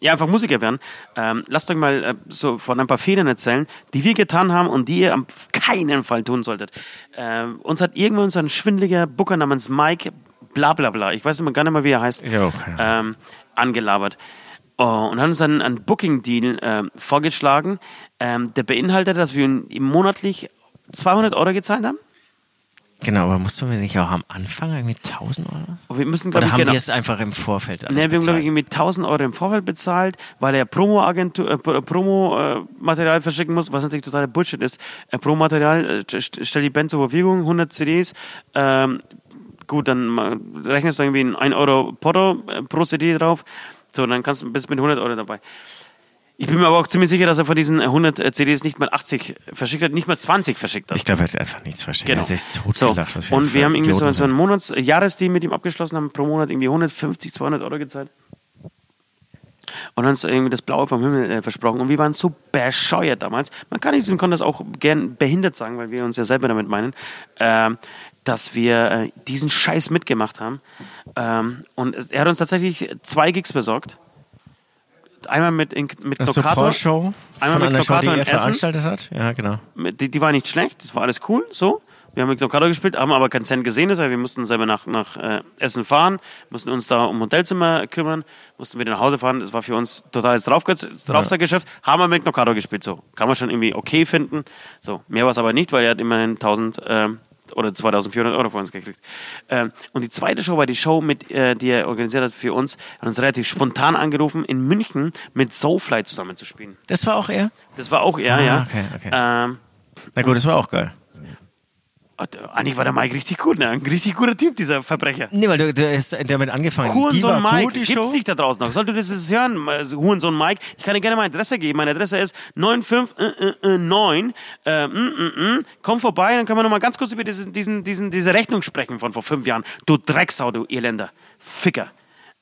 ja, einfach Musiker werden. Ähm, lasst euch mal äh, so von ein paar Fehlern erzählen, die wir getan haben und die ihr auf keinen Fall tun solltet. Ähm, uns hat irgendwann so ein schwindeliger Booker namens Mike, bla bla bla, ich weiß immer gar nicht mehr, wie er heißt,
Ja, keine
ähm, angelabert. Oh, und hat uns einen, einen Booking-Deal ähm, vorgeschlagen, ähm, der beinhaltet, dass wir ihm monatlich 200 Euro gezahlt haben.
genau, aber mussten wir nicht auch am Anfang irgendwie 1000 Euro? was?
Und wir müssen, glaube
Oder
ich,
haben
genau,
wir es einfach im Vorfeld? alles
Ne, wir haben, glaube ich,
bezahlt?
irgendwie 1000 Euro im Vorfeld bezahlt, weil er Promo-Agentur, äh, Pro- Promo-Material verschicken muss, was natürlich totaler Bullshit ist. Äh, Promo-Material äh, st- stellt die Band zur Verfügung, 100 CDs. Ähm, gut, dann mal- rechnest du irgendwie einen 1 Euro Porto äh, pro CD drauf. So, dann kannst du bist mit 100 Euro dabei. Ich bin mir aber auch ziemlich sicher, dass er von diesen 100 CDs nicht mal 80 verschickt hat, nicht mal 20 verschickt hat.
ich glaube, er hat einfach nichts verstanden.
Genau.
Er sich
so.
totgelacht, was
Und wir haben irgendwie so,
Idioten
so einen
sind.
Monats äh, Jahresdeal mit ihm abgeschlossen, haben pro Monat irgendwie 150, 200 Euro gezahlt. Und uns irgendwie das Blaue vom Himmel äh, versprochen. Und wir waren so bescheuert damals. Man kann diesem Kon das auch gern behindert sagen, weil wir uns ja selber damit meinen, ähm, dass wir äh, diesen Scheiß mitgemacht haben. Ähm, und es- er hat uns tatsächlich zwei Gigs besorgt. Einmal mit, in, mit
Eine
Locator.
Support-Show
Einmal
von
mit
einer Show, die
Locator in
er
Essen.
veranstaltet hat. Ja, genau.
Mit- die, die war nicht schlecht, das war alles cool, so. Wir haben mit Lokado gespielt, haben aber keinen Cent gesehen, das heißt, wir mussten selber nach, nach äh, Essen fahren, mussten uns da um Hotelzimmer kümmern, mussten wieder nach Hause fahren, das war für uns totales Draufge- Draufsackgeschäft, haben wir mit Lokado gespielt, so. Kann man schon irgendwie okay finden, so. Mehr war es aber nicht, weil er hat immerhin 1000 ähm, oder 2400 Euro von uns gekriegt. Ähm, und die zweite Show war die Show, mit, äh, die er organisiert hat für uns, hat uns relativ spontan angerufen, in München mit Soulfly zusammenzuspielen.
Das war auch er?
Das war auch er,
Ah,
ja.
okay, okay.
Ähm,
Na gut, das war auch geil.
Ah, der- Eigentlich war der Mike richtig gut, ne? Ein richtig guter Typ, dieser Verbrecher.
Nee, weil du, du hast damit angefangen. die war
Hurensohn
gut,
Mike,
die
gibt's
Show.
dich da draußen noch? Sollte das jetzt hören, äh, Hurensohn Mike? Ich kann dir gerne meine Adresse geben. Meine Adresse ist äh, 959, äh, mm, mm, mm. komm vorbei, dann können wir nochmal ganz kurz über diesen, diesen, diesen, diese Rechnung sprechen von vor fünf Jahren. Du Drecksau, du Elender. Ficker.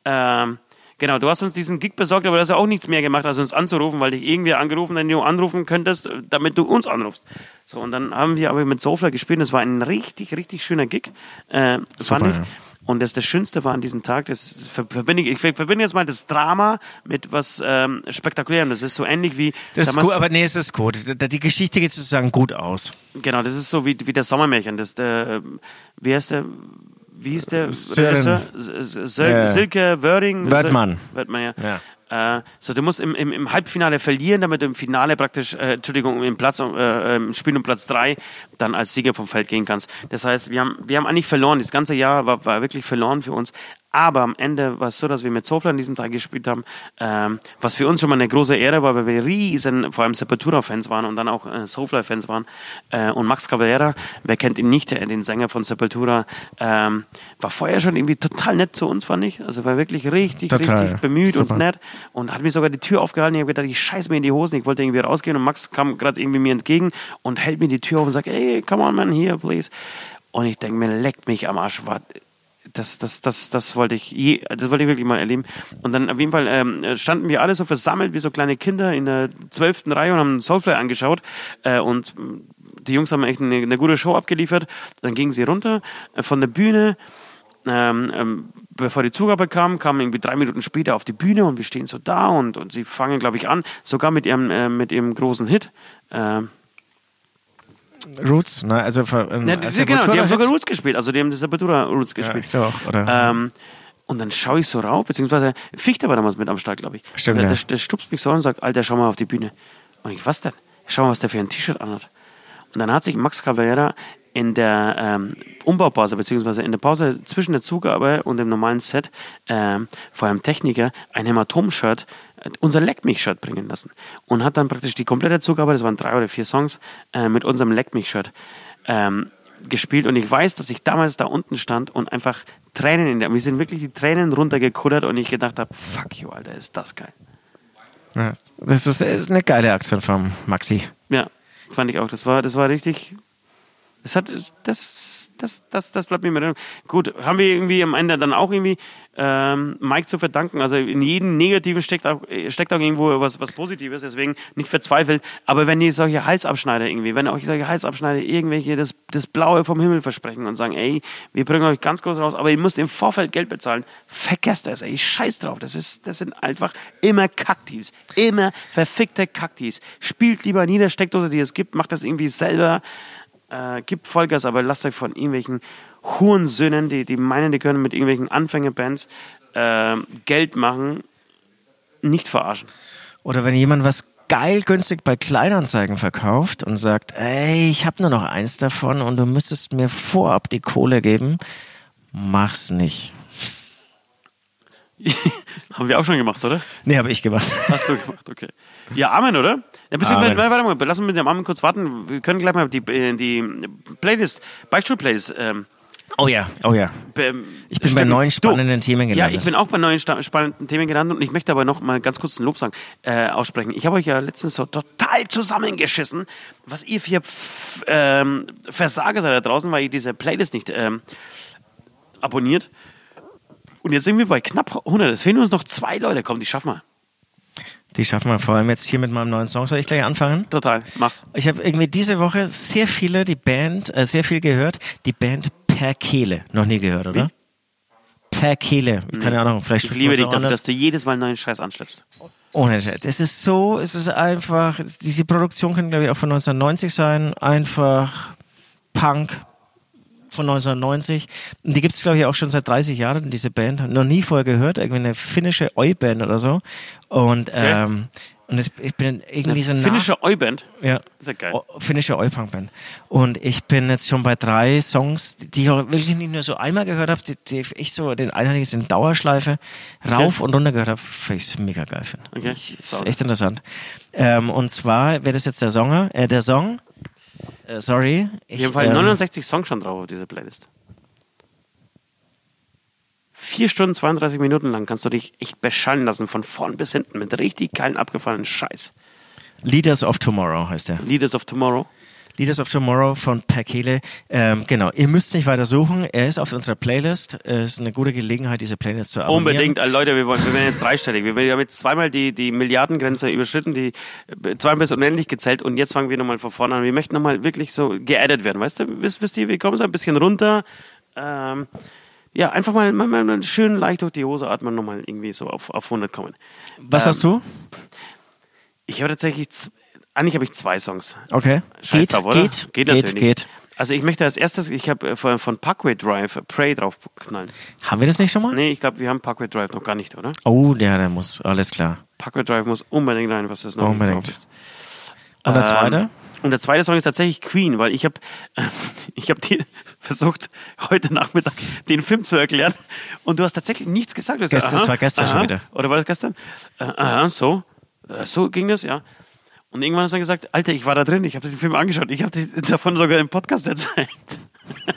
Ähm, genau, du hast uns diesen Gig besorgt, aber du hast ja auch nichts mehr gemacht, als uns anzurufen, weil dich irgendwer angerufen, den du anrufen könntest, damit du uns anrufst. So, und dann haben wir aber mit Sofla gespielt und es war ein richtig, richtig schöner Gig. Äh, fand ich.
ja.
Und das, das Schönste war an diesem Tag, das das ver- verbinde ich, ich ver- verbinde jetzt mal das Drama mit was ähm, Spektakulärem. Das ist so ähnlich wie
Das ist
damals-
gut, aber nee, es ist gut. Da- Die Geschichte geht sozusagen gut aus.
genau, das ist so wie, wie das Sommermärchen. Das, der, wie heißt der? Wie ist der
Sören.
Regisseur? S- S- Sil
Ja.
Silke Wörding?
Wörthmann.
Sil- Wörthmann, ja. Äh, so, du musst im, im, im Halbfinale verlieren, damit du im Finale praktisch, äh, Entschuldigung, im Platz, äh, im Spiel um Platz 3 dann als Sieger vom Feld gehen kannst. Das heißt, wir haben, wir haben eigentlich verloren. Das ganze Jahr war, war wirklich verloren für uns. Aber am Ende war es so, dass wir mit Sofla an diesem Tag gespielt haben, ähm, was für uns schon mal eine große Ehre war, weil wir riesen, vor allem Sepultura-Fans waren und dann auch äh, Sofla-Fans waren. Äh, und Max Cavalera, wer kennt ihn nicht, der, den Sänger von Sepultura, ähm, war vorher schon irgendwie total nett zu uns, fand ich. Also war wirklich richtig,
Total.
richtig bemüht
Super.
und nett und hat mir sogar die Tür aufgehalten. Ich habe gedacht, ich scheiß mir in die Hosen, ich wollte irgendwie rausgehen und Max kam gerade irgendwie mir entgegen und hält mir die Tür auf und sagt, ey, come on man, here, please. Und ich denke mir, leck mich am Arsch, was das, das, das, das wollte ich je, das wollte ich wirklich mal erleben. Und dann auf jeden Fall ähm, standen wir alle so versammelt wie so kleine Kinder in der zwölften Reihe und haben Soulfly angeschaut äh, und mh, die Jungs haben echt eine, eine gute Show abgeliefert. Dann gingen sie runter äh, von der Bühne ähm, ähm, bevor die Zugabe kam, kamen irgendwie drei Minuten später auf die Bühne und wir stehen so da und, und sie fangen, glaube ich, an, sogar mit ihrem, äh, mit ihrem großen Hit. Ähm,
Roots, ne? Also, ver- ähm,
na, die,
also
genau, die haben
Sepultura-Hit.
sogar Roots gespielt, also die haben die Sepultura Roots gespielt.
ich glaube auch, oder?
Ähm, und dann schaue ich so rauf, beziehungsweise Fichter war damals mit am Start, glaube ich.
Stimmt,
Der,
ja.
der, der stupst mich so an und sagt, Alter, schau mal auf die Bühne. Und ich, was denn? Schau mal, was der für ein T-Shirt anhat. Und dann hat sich Max Cavalera in der ähm, Umbaupause, beziehungsweise in der Pause zwischen der Zugabe und dem normalen Set ähm, vor einem Techniker ein Hämatom-Shirt, äh, unser Leck mich-Shirt bringen lassen. Und hat dann praktisch die komplette Zugabe, das waren drei oder vier Songs, äh, mit unserem Leck mich-Shirt ähm, gespielt und ich weiß, dass ich damals da unten stand und einfach Tränen in der, mir sind wirklich die Tränen runtergekuddert und ich gedacht habe, fuck you, Alter, ist das geil.
Ja, das ist äh, eine geile Aktion vom Maxi.
Ja, fand ich auch. Das war, das war richtig. Das hat, das, das, das, das bleibt mir in Erinnerung. Gut, haben wir irgendwie am Ende dann auch irgendwie ähm, Mike zu verdanken. Also in jedem Negativen steckt auch, äh, steckt auch irgendwo was, was Positives. Deswegen nicht verzweifelt. Aber wenn ihr solche Halsabschneider irgendwie, wenn euch solche Halsabschneider irgendwelche das, das Blaue vom Himmel versprechen und sagen, ey, wir bringen euch ganz groß raus, aber ihr müsst im Vorfeld Geld bezahlen, vergesst das, ey, scheiß drauf. Das ist, das sind einfach immer Kaktis. Immer verfickte Kaktis. Spielt lieber in jeder Steckdose, die es gibt, macht das irgendwie selber äh, gibt Vollgas, aber lasst euch von irgendwelchen Hurensöhnen, die, die meinen, die können mit irgendwelchen Anfängerbands äh, Geld machen, nicht verarschen.
Oder wenn jemand was geil günstig bei Kleinanzeigen verkauft und sagt, ey, ich habe nur noch eins davon und du müsstest mir vorab die Kohle geben, mach's nicht.
Haben wir auch schon gemacht, oder?
Nee, habe ich gemacht.
Hast du gemacht, okay. Ja, Amen, oder? Ja, bisschen,
Amen.
Warte, warte mal, lass uns mit dem Amen kurz warten. Wir können gleich mal die, äh, die Playlist, Beichtstuhl-Playlist ähm,
Oh ja, oh ja.
be-
Ich bin bei
stecken.
neuen spannenden Themen gelandet.
Ähm, Ja, ich bin auch bei neuen sta- spannenden Themen gelandet und ich möchte aber noch mal ganz kurz ein Lob sagen, äh, aussprechen. Ich habe euch ja letztens so total zusammengeschissen, was ihr für Pf- ähm, Versager seid da draußen, weil ihr diese Playlist nicht ähm, abonniert. Und jetzt sind wir bei knapp 100. Es fehlen uns noch zwei Leute. Komm, die schaffen wir.
Die schaffen wir vor allem jetzt hier mit meinem neuen Song. Soll ich gleich anfangen?
Total. Mach's.
Ich habe irgendwie diese Woche sehr viele, die Band, äh, sehr viel gehört. Die Band Perkele. Noch nie gehört, oder? Perkele. Ich kann ja auch noch, vielleicht
Ich liebe
muss
dich
auch
dafür,
anders-
dass du jedes Mal neuen Scheiß anschleppst.
Ohne Scherz. Es ist so, es ist einfach, es- diese Produktion kann, glaube ich, auch von 1990 sein. Einfach Punk von 1990. Und die gibt es, glaube ich, auch schon seit 30 Jahren, diese Band. Noch nie vorher gehört. Irgendwie eine finnische Oi-Band oder so. Und, ähm, und es, ich bin irgendwie so nach-
Finnische Oi-Band.
ja.
Ist ja geil.
O- Finnische Oi-Punk-Band. Und ich bin jetzt schon bei drei Songs, die die ich auch wirklich nicht nur so einmal gehört habe, die, die ich so den einheitlichen in Dauerschleife rauf und runter gehört habe, weil ich es mega geil finde.
Okay.
Ich- Ist
Sorry.
echt interessant. Ähm, und zwar wäre das jetzt der Songer, äh, der Song. Äh, sorry. Ich,
Ich habe halt
ähm,
69 Songs schon drauf auf dieser Playlist. Vier Stunden 32 Minuten lang kannst du dich echt beschallen lassen, von vorn bis hinten, mit richtig geilen abgefahrenen Scheiß.
Leaders of Tomorrow heißt der.
Leaders of Tomorrow.
Leaders of Tomorrow von Perkele. Ähm, genau, ihr müsst nicht weiter suchen. Er ist auf unserer Playlist. Es ist eine gute Gelegenheit, diese Playlist zu abonnieren.
Unbedingt, äh, Leute, wir, wollen, wir werden jetzt dreistellig. Wir werden- wir haben jetzt zweimal die, die Milliardengrenze überschritten, die äh, zweimal bis unendlich gezählt und jetzt fangen wir nochmal von vorne an. Wir möchten nochmal wirklich so geaddet werden, weißt du? Wisst, wisst ihr, wir kommen so ein bisschen runter. Ähm, ja, einfach mal, mal, mal, mal schön leicht durch die Hose atmen, nochmal irgendwie so auf, auf 100 kommen. Ähm,
Was hast du?
Ich habe tatsächlich, z- eigentlich habe ich zwei Songs.
Okay.
Scheiß
geht,
drauf, oder?
geht, geht, geht,
natürlich. Also ich möchte als erstes, ich habe äh, von, von Parkway Drive Prey draufknallen.
Haben wir das nicht schon mal?
Nee, ich glaube, wir haben Parkway Drive noch gar nicht, oder?
Oh, der, der muss. Alles klar.
Parkway Drive muss unbedingt rein, was das noch nicht
Unbedingt.
drauf ist.
Und der zweite?
Ähm, und der zweite Song ist tatsächlich Queen, weil ich habe ich hab dir versucht, heute Nachmittag den Film zu erklären und du hast tatsächlich nichts gesagt. Du hast
Gestern-
gesagt,
das war gestern
aha,
schon wieder.
Oder war das gestern? Äh, Aha, so. Äh, So ging das, ja. Und irgendwann hast du dann gesagt, Alter, ich war da drin, ich habe den Film angeschaut, ich habe davon sogar im Podcast erzählt.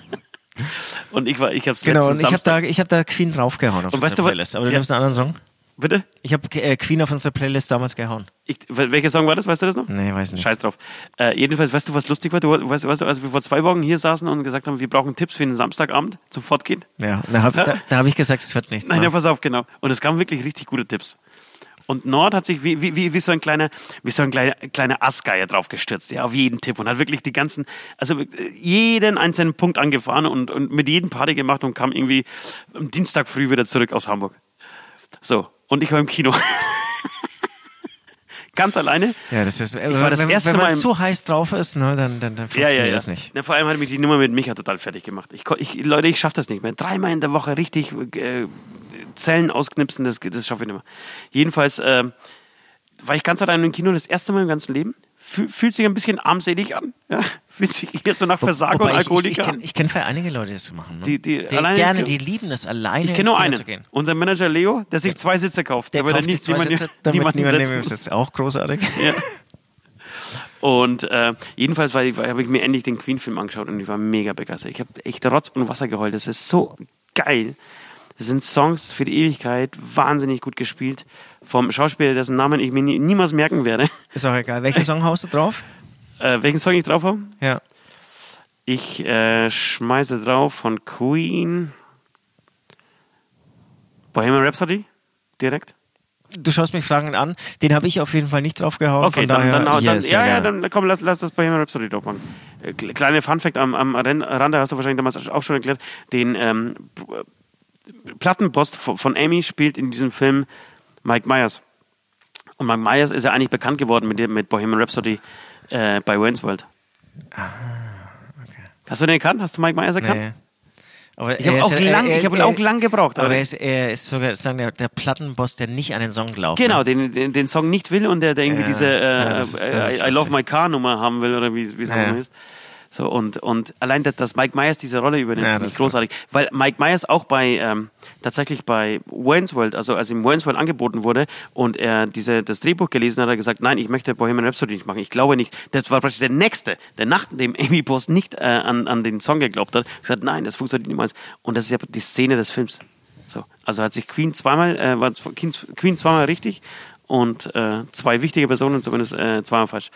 und ich war, ich habe es
genau, und ich habe
Samstag...
da, ich hab da Queen draufgehauen auf
Und weißt
unsere
du, wa-
Playlist. Aber du
ja.
nimmst einen anderen Song?
Bitte?
Ich habe äh, Queen auf unsere Playlist damals gehauen.
Ich, wel- welcher Song war das? Weißt du das noch?
Nee, weiß nicht.
Scheiß drauf. Äh, jedenfalls, weißt du, was lustig war? Du, weißt, weißt du, als wir vor zwei Wochen hier saßen und gesagt haben, wir brauchen Tipps für den Samstagabend zum Fortgehen.
Ja, da habe da, da hab ich gesagt, es wird nichts.
Nein,
ne?
ja, pass auf, genau. Und es kamen wirklich richtig gute Tipps. Und Nord hat sich wie, wie, wie, wie so ein kleiner, wie so ein kleiner, kleiner Assgeier draufgestürzt, ja, auf jeden Tipp und hat wirklich die ganzen, also äh, jeden einzelnen Punkt angefahren und, und mit jedem Party gemacht und kam irgendwie am Dienstag früh wieder zurück aus Hamburg. So. Und ich war im Kino. Ganz alleine.
Ja, das ist, also
war das
wenn,
erste
wenn man
Mal im-
zu heiß drauf ist, ne, dann, dann, dann funktioniert das nicht.
Na, vor allem hat mich die Nummer mit Micha total fertig gemacht. Ich, ko- ich, Leute, ich schaffe das nicht mehr. Dreimal in der Woche richtig äh, Zellen ausknipsen, das, das schaffe ich nicht mehr. Jedenfalls äh, war ich ganz allein im Kino, das erste Mal im ganzen Leben. Fühl, fühlt sich ein bisschen armselig an. Ja? Fühlt sich eher so nach Versager und
Wobei ich- Ich,
Alkoholiker
ich
an.
kenn- ich kenne für einige Leute, die das so machen. Ne?
Die- die alleine ins
gerne,
Kino-
die lieben das, alleine
Ich kenne nur
ins Kino
einen.
zu gehen.
Unser Manager Leo, der sich zwei Sitze kauft.
Der
damit er
kauft sich
nicht
zwei
jemanden-
Sitze, damit
niemanden
niemand
setzen
neben ihm
muss.
sitzt. Auch großartig.
Ja. Und äh, jedenfalls war ich- war- habe ich mir endlich den Queen-Film angeschaut und ich war mega begeistert. Ich habe echt Rotz und Wasser geheult. Das ist so geil. Das sind Songs für die Ewigkeit, wahnsinnig gut gespielt. Vom Schauspieler, dessen Namen ich mir nie, niemals merken werde.
Ist auch egal. Welchen Song haust du drauf?
Äh, welchen Song ich drauf habe?
Ja.
Ich äh, schmeiße drauf von Queen. Bohemian Rhapsody? Direkt?
Du schaust mich fragend an. Den habe ich auf jeden Fall nicht draufgehauen.
Okay,
von
dann,
daher,
dann, dann,
ja,
dann,
sehr
ja, ja,
gerne.
dann komm, lass, lass das Bohemian Rhapsody drauf machen. Äh, kle- Kleine Funfact am, am Ren- Rande hast du wahrscheinlich damals auch schon erklärt, den ähm, P- Plattenpost von, von Amy spielt in diesem Film Mike Myers. Und Mike Myers ist ja eigentlich bekannt geworden mit, dem- mit Bohemian Rhapsody äh, bei Wayne's World. Hast du den erkannt? Hast du Mike Myers erkannt?
Ah, Nee. Aber
Ich habe
er
auch,
ist ja-
lang,
er-
ich hab ihn
er-
auch lang gebraucht.
Aber
aber-
er ist, er ist sogar sagen, wir, der, der Plattenboss, der nicht an den Song glaubt. ne?
Genau, den, den, den Song nicht will und der, der irgendwie
Ja,
diese äh,
ja, das ist- das
I,
ist
I Love
lustig.
My Car Nummer haben will oder wie wie es auch
Ja.
immer ist. So, und, und allein, dass, dass Mike Myers diese Rolle übernimmt,
Ja,
finde
das
ich
ist
großartig. Weil Mike Myers auch bei, ähm, tatsächlich bei Wayne's World, also als ihm Wayne's World angeboten wurde und er diese, das Drehbuch gelesen hat, hat er gesagt, nein, ich möchte Bohemian Rhapsody nicht machen, ich glaube nicht. Das war praktisch der Nächste, der nach dem Amy Post nicht äh, an, an den Song geglaubt hat, gesagt, nein, das funktioniert niemals. Und das ist ja die Szene des Films. So, also hat sich Queen zweimal, äh, war Queen, Queen zweimal richtig und äh, zwei wichtige Personen zumindest äh, zweimal falsch.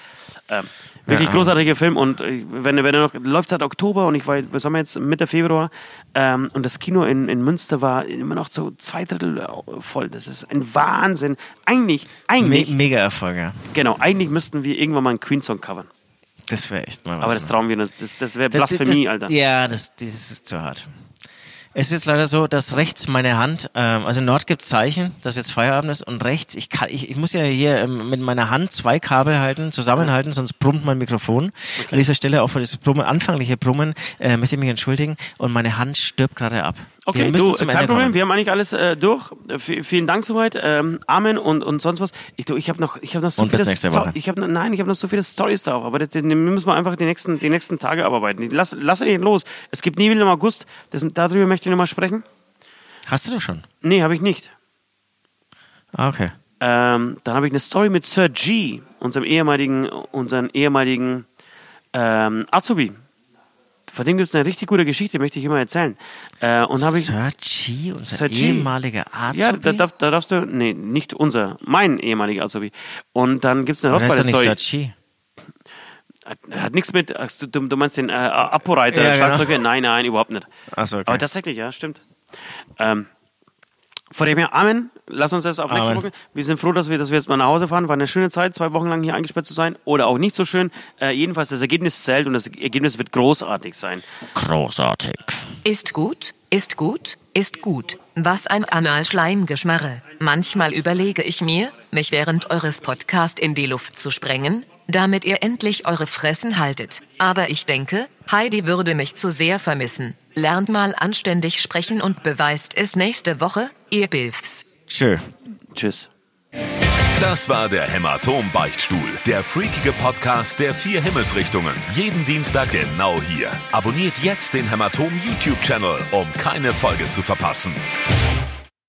Ähm, wirklich
Ja.
großartiger Film und äh, wenn, wenn er noch läuft seit Oktober und ich war, was haben wir jetzt, Mitte Februar ähm, und das Kino in, in Münster war immer noch so zwei Drittel äh, voll. Das ist ein Wahnsinn. Eigentlich,
Me
eigentlich,
Mega Erfolg, ja.
genau, eigentlich müssten wir irgendwann mal einen Queen-Song covern.
Das wäre echt mal was.
Aber das
ne?
trauen wir nicht. Das, das wäre
Das-
Blasphemie,
das,
Alter.
Ja, das, das ist zu hart. Es ist jetzt leider so, dass rechts meine Hand, ähm, also in Nord gibt Zeichen, dass jetzt Feierabend ist und rechts, ich, kann, ich, ich muss ja hier ähm, mit meiner Hand zwei Kabel halten, zusammenhalten, sonst brummt mein Mikrofon. An dieser Stelle auch für das Brummen, anfängliche Brummen äh, möchte ich mich entschuldigen und meine Hand stirbt gerade ab.
Okay,
Wir müssen
du, äh,
zum
kein
Ende
Problem,
kommen.
wir haben eigentlich alles äh, durch. Äh, vi- vielen Dank soweit. Ähm, Amen und, und sonst was. Ich, du, ich habe noch, ich hab noch so
Und bis
viele
nächste
Sto-
Woche.
Ich hab, noch- nein, ich habe noch so viele Stories drauf, aber das, die müssen wir einfach die nächsten, die nächsten Tage abarbeiten. Die- Lass, lass nicht los. Es gibt nie wieder im August. Das, darüber möchte ich nochmal sprechen.
Hast du das schon?
Nee, habe ich nicht.
Ah, okay.
Ähm, dann habe ich eine Story mit Sir G, unserem ehemaligen, unseren ehemaligen ähm, Azubi. Von dem gibt es eine richtig gute Geschichte, möchte ich immer erzählen. Äh, und habe ich
Sir G, unser
Sir G.
ehemaliger Arzt.
Ja, da, darf, da darfst du, nee, nicht unser, mein ehemaliger Azubi. Und dann gibt es eine
Oder ist er nicht
Rottweiler-Story.
Sir G?
Hat, hat nichts mit, ach, du, du meinst den äh, Apo-Reiter,
Ja, genau.
Schlagzeuger? Nein, nein, überhaupt nicht.
Ach so, okay.
Aber tatsächlich, ja, stimmt. Ähm, von dem her, Amen. Lass uns das auf nächste
Amen.
Woche. Wir sind froh, dass wir, dass wir jetzt mal nach Hause fahren. War eine schöne Zeit, zwei Wochen lang hier eingesperrt zu sein. Oder auch nicht so schön. Äh, jedenfalls, das Ergebnis zählt und das Ergebnis wird großartig sein.
Großartig.
Ist gut, ist gut, ist gut. Was ein Analschleimgeschmarre. Manchmal überlege ich mir, mich während eures Podcasts in die Luft zu sprengen, damit ihr endlich eure Fressen haltet. Aber ich denke, Heidi würde mich zu sehr vermissen. Lernt mal anständig sprechen und beweist es nächste Woche, ihr Bilfs.
Tschö.
Tschüss.
Das war der Hämatom-Beichtstuhl, der freakige Podcast der vier Himmelsrichtungen. Jeden Dienstag genau hier. Abonniert jetzt den Hämatom-YouTube-Channel, um keine Folge zu verpassen.